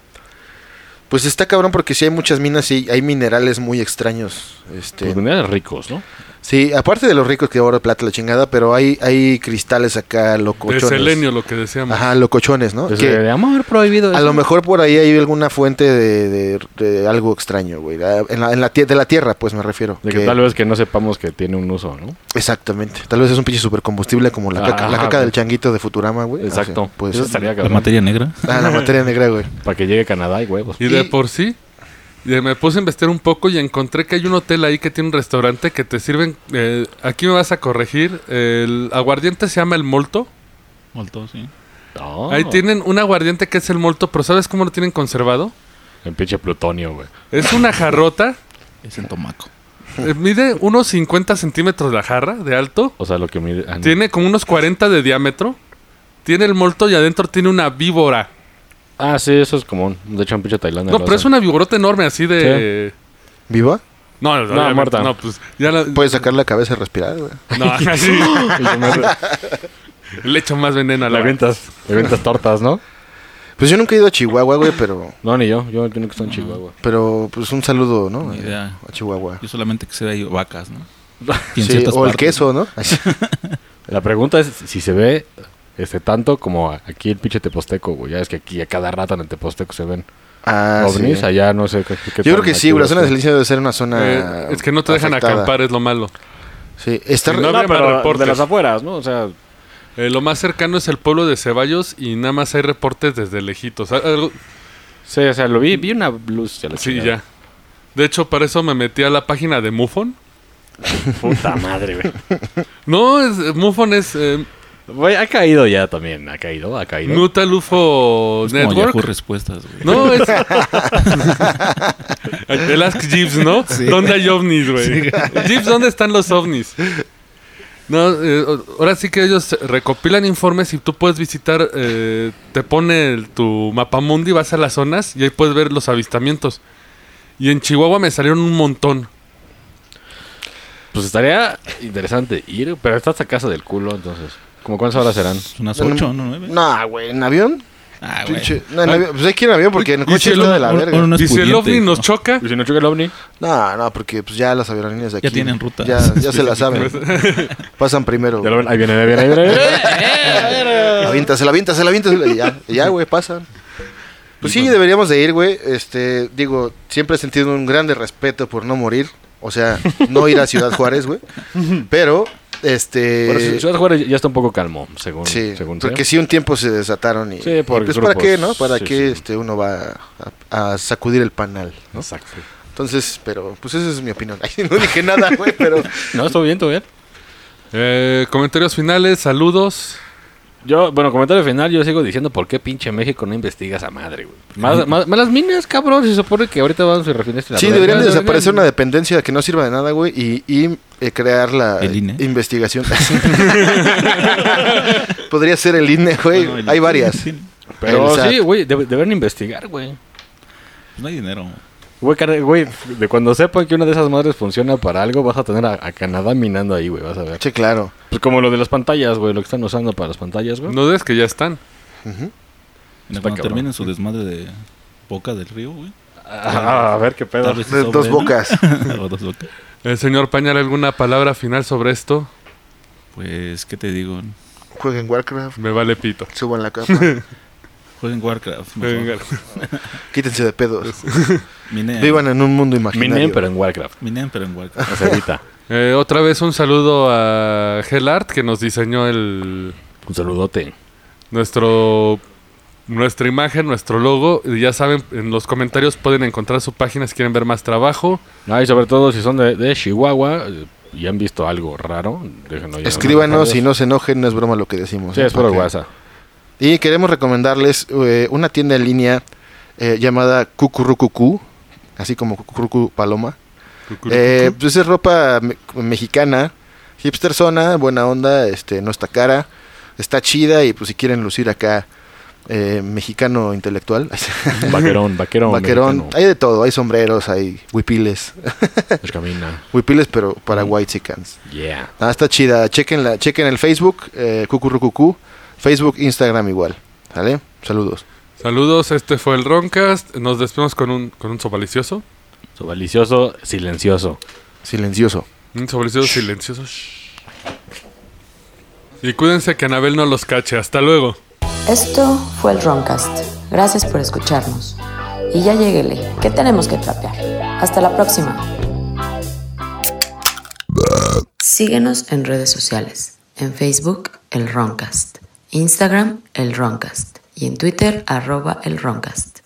[SPEAKER 3] pues está cabrón porque sí hay muchas minas y hay minerales muy extraños. Este,
[SPEAKER 4] Pues mineros ricos, ¿no?
[SPEAKER 3] Sí, aparte de los ricos que oro, plata, la chingada, pero hay, hay cristales acá
[SPEAKER 2] De
[SPEAKER 3] locochones.
[SPEAKER 2] selenio, lo que decíamos.
[SPEAKER 3] Ajá, locochones, ¿no?
[SPEAKER 4] Desde
[SPEAKER 3] Que
[SPEAKER 4] de amor prohibido.
[SPEAKER 3] a lo mejor por ahí hay alguna fuente de, de- de algo extraño, güey. Ah, En la, en la tie- de la tierra, pues me refiero.
[SPEAKER 4] De que
[SPEAKER 3] que-
[SPEAKER 4] tal vez que no sepamos que tiene un uso, ¿no?
[SPEAKER 3] Exactamente. Tal vez es un pinche supercombustible como la caca,
[SPEAKER 4] Ajá,
[SPEAKER 3] la caca
[SPEAKER 4] güey.
[SPEAKER 2] pues.
[SPEAKER 3] del changuito de Futurama, güey.
[SPEAKER 4] Exacto.
[SPEAKER 3] O sea, Ah, puede
[SPEAKER 4] Eso
[SPEAKER 3] ser.
[SPEAKER 4] estaría
[SPEAKER 5] La
[SPEAKER 4] cabrón.
[SPEAKER 5] materia negra.
[SPEAKER 3] Ah, la materia negra, güey.
[SPEAKER 4] Para que llegue a Canadá y huevos.
[SPEAKER 2] Y de
[SPEAKER 3] Y-
[SPEAKER 2] por sí, eh, me puse a investigar un poco y encontré que hay un hotel ahí que tiene un restaurante que te sirven. eh, aquí me vas a corregir. El aguardiente se llama el molto.
[SPEAKER 5] Molto, sí.
[SPEAKER 4] No.
[SPEAKER 2] Ahí tienen un aguardiente que es el molto, pero ¿sabes cómo lo tienen conservado?
[SPEAKER 4] En pinche plutonio, güey.
[SPEAKER 2] Es una jarrota.
[SPEAKER 5] Es en tomaco.
[SPEAKER 2] eh, mide unos 50 centímetros la jarra de alto.
[SPEAKER 4] O sea, lo que mide. ah, no.
[SPEAKER 2] Tiene como unos 40 de diámetro. Tiene el molto y adentro tiene una víbora.
[SPEAKER 4] Ah, sí, eso es común. De hecho, en pinche Tailandia.
[SPEAKER 2] No,
[SPEAKER 4] lo
[SPEAKER 2] pero es
[SPEAKER 4] hacen.
[SPEAKER 2] una víborota enorme así de...
[SPEAKER 3] ¿Viva?
[SPEAKER 2] No, no, obviamente,
[SPEAKER 4] muerta.
[SPEAKER 2] No, pues ya la...
[SPEAKER 3] Puedes sacar la cabeza y respirar, güey.
[SPEAKER 2] No, *laughs* así.
[SPEAKER 4] *laughs* Y se me-
[SPEAKER 2] Le echo más veneno a
[SPEAKER 4] Le
[SPEAKER 2] la...
[SPEAKER 4] avientas, le avientas tortas, ¿no?
[SPEAKER 3] Pues yo nunca he ido a Chihuahua, güey, pero,
[SPEAKER 4] No, ni yo. Yo tengo que estar en Chihuahua.
[SPEAKER 3] pero pues un saludo, ¿no?
[SPEAKER 5] Ni
[SPEAKER 3] Eh,
[SPEAKER 5] idea.
[SPEAKER 3] A Chihuahua.
[SPEAKER 5] Yo solamente quisiera ir vacas, ¿no? Y en
[SPEAKER 3] Sí,
[SPEAKER 5] ciertas
[SPEAKER 3] o el
[SPEAKER 5] partes.
[SPEAKER 3] queso, ¿no?
[SPEAKER 4] La pregunta es si se ve este tanto como a- aquí el pinche Teposteco, güey. Ya es que aquí a cada rato en el Teposteco se ven
[SPEAKER 2] *laughs*
[SPEAKER 3] Ah, sí.
[SPEAKER 4] ovnis. Allá no sé qué. qué
[SPEAKER 3] Yo creo
[SPEAKER 4] tan
[SPEAKER 3] que sí, güey, la
[SPEAKER 4] activos
[SPEAKER 3] zona de
[SPEAKER 4] estén.
[SPEAKER 3] silencio debe ser una zona.
[SPEAKER 2] Eh, es que no te dejan
[SPEAKER 3] afectada.
[SPEAKER 2] acampar, es lo malo.
[SPEAKER 3] Sí, está
[SPEAKER 2] Si
[SPEAKER 3] re-
[SPEAKER 2] no- había
[SPEAKER 4] No,
[SPEAKER 2] más
[SPEAKER 4] pero de
[SPEAKER 2] reportes.
[SPEAKER 4] las afueras, ¿no? O sea,
[SPEAKER 2] Eh, lo más cercano es el pueblo de Ceballos y nada más hay reportes desde lejitos. Ah, algo-
[SPEAKER 4] sí, o sea, lo vi, vi una luz. la
[SPEAKER 2] Sí,
[SPEAKER 4] chingada.
[SPEAKER 2] ya. De hecho, para eso me metí a la página de MUFON.
[SPEAKER 4] Puta madre, güey.
[SPEAKER 2] No, es, MUFON es eh,
[SPEAKER 4] Güey, ha caído ya también, ha caído, ha caído.
[SPEAKER 2] Mutual UFO
[SPEAKER 5] Es como Yahoo
[SPEAKER 2] Network.
[SPEAKER 5] Respuestas, güey.
[SPEAKER 2] No, *laughs* es... el Ask Jeeves, ¿no? ¿Dónde hay ovnis, güey? Jeeves, ¿dónde están los ovnis? No, eh, o- ahora sí que ellos recopilan informes y tú puedes visitar, eh, te pone el- tu mapamundi, vas a las zonas y ahí puedes ver los avistamientos. Y en Chihuahua me salieron un montón.
[SPEAKER 4] Pues estaría interesante ir, pero estás a casa del culo, entonces. ¿Cómo cuántas horas serán?
[SPEAKER 5] Son Pues unas ocho, ¿no? Nueve.
[SPEAKER 3] No, güey, en avión.
[SPEAKER 5] Ah, güey.
[SPEAKER 3] Pinche- No, en avión. Pues hay que ir en avión porque en
[SPEAKER 2] Y
[SPEAKER 3] el coche
[SPEAKER 2] si
[SPEAKER 3] es
[SPEAKER 2] el-
[SPEAKER 3] lo de la
[SPEAKER 5] uno-
[SPEAKER 3] verga.
[SPEAKER 5] uno- No es
[SPEAKER 2] y si el
[SPEAKER 5] pudiente,
[SPEAKER 2] ovni nos
[SPEAKER 5] ¿no?
[SPEAKER 2] choca,
[SPEAKER 4] ¿Y si no choca el ovni?
[SPEAKER 3] No, no, porque pues ya las aviones de aquí.
[SPEAKER 5] Ya tienen ruta.
[SPEAKER 3] Ya,
[SPEAKER 5] *laughs*
[SPEAKER 3] ya se la saben. Pasan primero.
[SPEAKER 4] Ya lo ven, ahí viene, ahí viene, ahí viene. ahí viene.
[SPEAKER 3] *laughs* Aviéntasela, aviéntasela, aviéntasela. Y ya, y ya, güey, pasan. Pues sí, deberíamos de ir, güey. Este, digo, siempre he sentido un grande respeto por no morir. O sea, no ir a Ciudad Juárez, güey. Pero, este...
[SPEAKER 4] Bueno, Ci- Ciudad Juárez ya está un poco calmo, según.
[SPEAKER 3] Sí,
[SPEAKER 4] según sé.
[SPEAKER 3] porque sí un tiempo se desataron y,
[SPEAKER 4] Sí, por
[SPEAKER 3] y, pues para
[SPEAKER 4] grupos.
[SPEAKER 3] qué, ¿no? Para
[SPEAKER 4] Sí,
[SPEAKER 3] qué
[SPEAKER 4] sí.
[SPEAKER 3] este uno va a, a sacudir el panal.
[SPEAKER 4] Exacto.
[SPEAKER 3] Entonces, pero pues esa es mi opinión. *laughs* Ay, no dije nada, güey, pero
[SPEAKER 4] No, estuvo bien, estuvo bien.
[SPEAKER 2] Eh, comentarios finales, saludos.
[SPEAKER 4] Yo, bueno, comentario final, yo sigo diciendo por qué pinche México no investiga esa madre, güey. Más, más- más las minas, cabrón, se supone que ahorita van a su refinería.
[SPEAKER 3] Sí, deberían de desaparecer una dependencia que no sirva de nada, güey, y, y, eh, crear la
[SPEAKER 5] ¿El E. INE? *laughs*
[SPEAKER 3] investigación. *laughs* Podría ser el INE, güey.
[SPEAKER 5] Bueno, el- E,
[SPEAKER 3] Hay varias.
[SPEAKER 5] Sí,
[SPEAKER 4] Pero
[SPEAKER 3] el SAT.
[SPEAKER 4] sí, güey, debe- deberían investigar, güey.
[SPEAKER 5] pues no hay dinero.
[SPEAKER 4] Güey, cara- güey, de cuando sepan que una de esas madres funciona para algo, vas a tener a, a Canadá minando ahí, güey, vas a ver.
[SPEAKER 3] Sí, claro.
[SPEAKER 4] Pues como lo de las pantallas, güey, lo que están usando para las pantallas, güey.
[SPEAKER 2] No dudes que ya están.
[SPEAKER 5] Cuando
[SPEAKER 4] cabrón.
[SPEAKER 5] terminen su desmadre de Boca del Río, güey.
[SPEAKER 4] Ah, a ver qué pedo.
[SPEAKER 5] Tal vez
[SPEAKER 3] De *laughs*
[SPEAKER 5] esa
[SPEAKER 3] dos
[SPEAKER 5] buena.
[SPEAKER 3] bocas.
[SPEAKER 5] *laughs* O dos bocas.
[SPEAKER 2] El Eh, señor Pañal, ¿alguna palabra final sobre esto?
[SPEAKER 5] Pues, ¿qué te digo?
[SPEAKER 3] Jueguen Warcraft,
[SPEAKER 2] Me vale pito.
[SPEAKER 3] suban
[SPEAKER 5] *laughs*
[SPEAKER 3] la capa,
[SPEAKER 5] Jueguen Warcraft. mejor.
[SPEAKER 2] Venga.
[SPEAKER 3] quítense de pedos.
[SPEAKER 5] Minen.
[SPEAKER 3] Vivan en un mundo
[SPEAKER 4] Minen,
[SPEAKER 3] imaginario.
[SPEAKER 4] pero en Warcraft.
[SPEAKER 5] Minen, pero en Warcraft.
[SPEAKER 4] O sea, ahorita.
[SPEAKER 2] Eh, otra vez un saludo a Gelart que nos diseñó el
[SPEAKER 4] Un saludote.
[SPEAKER 2] nuestro nuestra imagen, nuestro logo. Y ya saben, en los comentarios pueden encontrar su página si quieren ver más trabajo.
[SPEAKER 4] No, y sobre todo si son de, de Chihuahua eh, y han visto algo raro, déjenlo ahí en los
[SPEAKER 3] Escríbanos y
[SPEAKER 4] comentarios.
[SPEAKER 3] no se enojen, no es broma lo que decimos.
[SPEAKER 4] Sí,
[SPEAKER 3] ¿eh?
[SPEAKER 4] es por
[SPEAKER 3] Porque-
[SPEAKER 4] WhatsApp.
[SPEAKER 3] Y queremos recomendarles eh, una tienda en línea eh, llamada Cucurrucucú, así como Cucurrucu Paloma. Eh, pues es ropa me- mexicana, hipster zona, buena onda, este, no está cara, está chida y pues si quieren lucir acá eh, mexicano intelectual, *laughs*
[SPEAKER 4] Vaquerón, vaquerón.
[SPEAKER 3] vaquerón,
[SPEAKER 4] mexicano,
[SPEAKER 3] hay de todo, hay sombreros, hay huipiles, *laughs*
[SPEAKER 4] nos camina.
[SPEAKER 3] huipiles pero para white chicans.
[SPEAKER 4] Yeah.
[SPEAKER 3] Ah, está chida, chequenla, chequen el Facebook, eh, cucurrucucú, Facebook, Instagram igual, ¿vale? Saludos.
[SPEAKER 2] Saludos, este fue el Roncast. Nos despedimos con un, con un sobalicioso.
[SPEAKER 4] Sobalicioso, silencioso.
[SPEAKER 3] Silencioso.
[SPEAKER 2] Un sobalicioso silencioso. Shh. Y cuídense que Anabel no los cache. Hasta luego.
[SPEAKER 1] Esto fue el Roncast. Gracias por escucharnos. Y ya lleguele, que tenemos que trapear. Hasta la próxima. Síguenos en redes sociales. En Facebook, el Roncast. Instagram, el Roncast. Y en Twitter, arroba el Roncast.